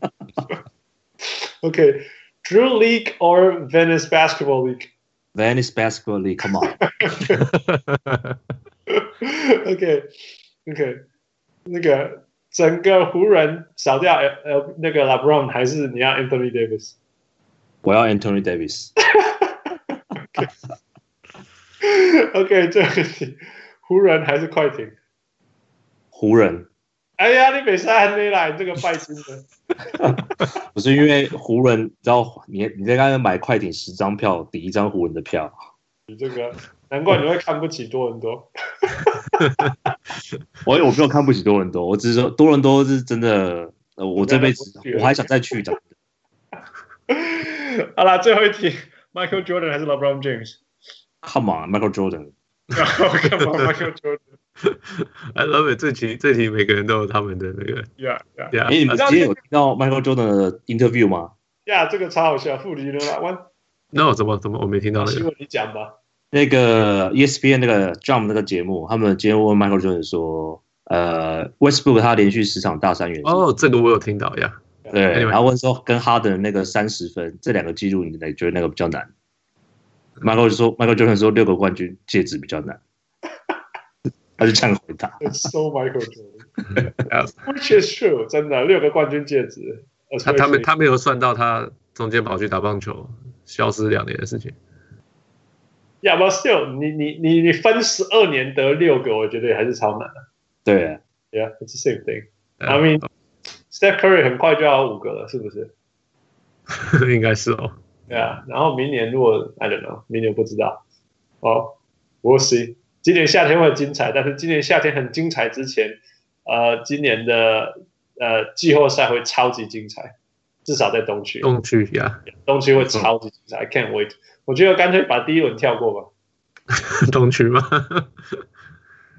Speaker 3: [laughs]
Speaker 1: OK，Drew、League or Venice Basketball League？ [laughs]
Speaker 3: Venice Basketball League，Come on，
Speaker 1: OK OK，那个整个湖人少掉 L L 那个 LeBron 还是你要 Anthony Davis？
Speaker 3: 我要 Anthony Davis。
Speaker 1: OK，这个题，湖人还是快艇？
Speaker 3: 湖人，
Speaker 1: 哎呀，你北山没来，你这个拜金的。
Speaker 3: 不是因为湖人，你知道你你在刚才买快艇十张票，抵一张湖人的票，
Speaker 1: 你这个，难怪你会看不起多伦多。 [laughs]
Speaker 3: 我我没有看不起多伦多，我只是说多伦多是真的，呃我这辈子
Speaker 1: 我觉得
Speaker 3: 我还想再去的。
Speaker 1: 好啦，最后一题，Michael Jordan 还是 LeBron James？ [laughs]
Speaker 3: Come on，Michael Jordan，
Speaker 1: 然后干嘛 Michael Jordan？
Speaker 2: I love it，这题这题每个人都有他们的那个
Speaker 1: Yeah, yeah,
Speaker 3: 哎、
Speaker 2: yeah，
Speaker 3: 你
Speaker 2: 啊
Speaker 3: 们今天有听到 Michael Jordan 的 interview 吗？
Speaker 1: yeah，这个超好笑，傅里伦啊，弯
Speaker 2: No，怎么怎么我没听到那
Speaker 1: 新
Speaker 2: 个？
Speaker 1: 闻你讲吧。
Speaker 3: 那个 E ESPN 那个 Jump 那个节目，他们今天问 Michael Jordan 说，呃，Westbrook 他连续十场大三元，
Speaker 2: 哦，这个我有听到呀。
Speaker 3: 对，
Speaker 2: anyway
Speaker 3: 然后问说跟哈登那个三十分这两个记录，你哪觉得那个比较难？Michael 就说 Michael Jordan 说六个冠军戒指比较难， [laughs] 他就这样回答。
Speaker 1: It's So Michael Jordan,
Speaker 2: [laughs] Yeah
Speaker 1: which is true，真的六个冠军戒指。
Speaker 2: 他他们他没有算到他中间跑去打棒球，消失两年的事情。
Speaker 1: Yeah, but still，你你你你分十二年得六个，我觉得也还是超难的。
Speaker 3: 对，
Speaker 1: Yeah, it's the same thing.
Speaker 2: Yeah，
Speaker 1: I mean- Steph Curry 很快就要五个了，是不是
Speaker 2: [laughs] 应该是哦。
Speaker 1: ？Yeah，然啊后明年如果 I don't know，明年不知道。哦、w e l l see。今年夏天会很精彩，但是今年夏天很精彩之前，呃，今年的呃季后赛会超级精彩，至少在东区，
Speaker 2: 东区 [laughs] 呀，
Speaker 1: 东区会超级精彩。I can't wait。我觉得干脆把第一轮跳过吧。
Speaker 2: 东区吗？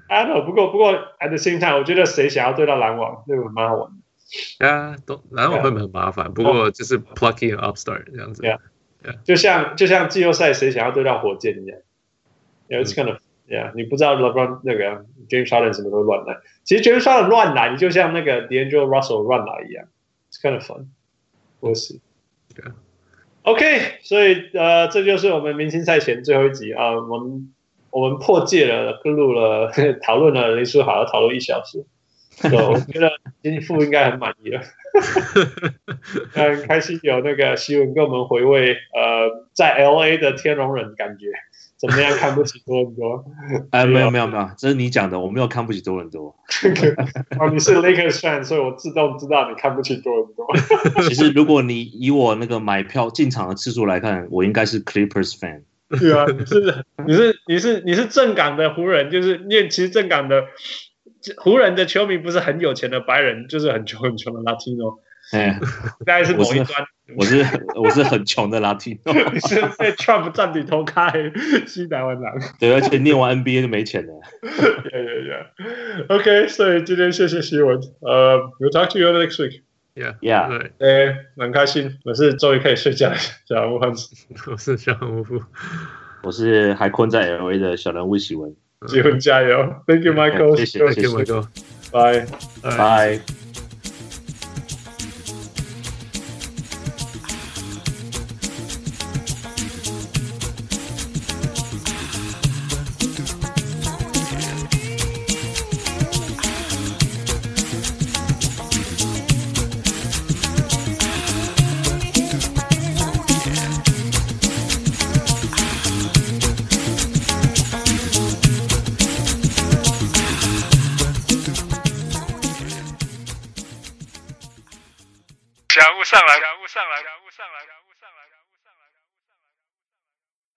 Speaker 1: I don't know，不过不过 at the same time，我觉得谁想要对到篮网，那个蛮好玩的。
Speaker 2: 啊，东篮网会不会很麻烦，不过就是 plucky and upstart 这样子。
Speaker 1: Yeah 就像就像季后赛谁想要对到火箭一样。Yeah, it's kind of yeah，你不知道 LeBron 那个 James Harden 什么时候乱来。其实 James Harden 乱来，你就像那个 D'Angelo Russell 乱来一样。It's kind of fun. We'll see.
Speaker 2: Yeah.
Speaker 1: OK，所以呃，这就是我们明星赛前最后一集啊、呃我们我们破戒了，录了讨论了林书豪讨论一小时，对，我觉得金富应该很满意了。 [laughs] 很开心有那个希文跟我们回味，呃，在 L A 的天龙人感觉怎么样？看不起多 [laughs] 伦多？
Speaker 3: 哎，
Speaker 1: 对啊
Speaker 3: 没有没有没有，这是你讲的，我没有看不起多伦多。
Speaker 1: 哦，你是 Lakers fan，所以我自动知道你看不起多伦多。
Speaker 3: 其实如果你以我那个买票进场的次数来看，我应该是 Clippers fan。
Speaker 1: 对 [laughs] 啊，你是你是你是你是正港的湖人，就是因为其实正港的湖人的球迷不是很有钱的白人，就是很穷很穷的 Latino，
Speaker 3: 哎，
Speaker 1: 大概是某
Speaker 3: 我是
Speaker 1: 一端。
Speaker 3: 我是我是很穷的 Latino， [laughs]
Speaker 1: 你 [laughs] 是被 Trump 占领头开西台湾狼。
Speaker 3: 对，而且念完 NBA 就没钱了。
Speaker 1: [laughs] yeah, yeah, yeah. OK，所以今天谢谢希文，呃、uh,，We'll Um, talk to you next week。
Speaker 2: Yeah
Speaker 3: Yeah
Speaker 2: 对，
Speaker 1: 哎，蛮开心，我是终于可以睡觉了，小吴汉斯，
Speaker 2: 我是小无夫。
Speaker 3: 我是还困在 LA 的小人物喜文，
Speaker 1: 希
Speaker 2: 嗯
Speaker 1: 文加油，Thank you, Michael，
Speaker 3: 谢谢
Speaker 2: Thank you, Michael。
Speaker 1: 拜。
Speaker 3: 拜。
Speaker 1: 小吴上来，小吴上来，小吴上来。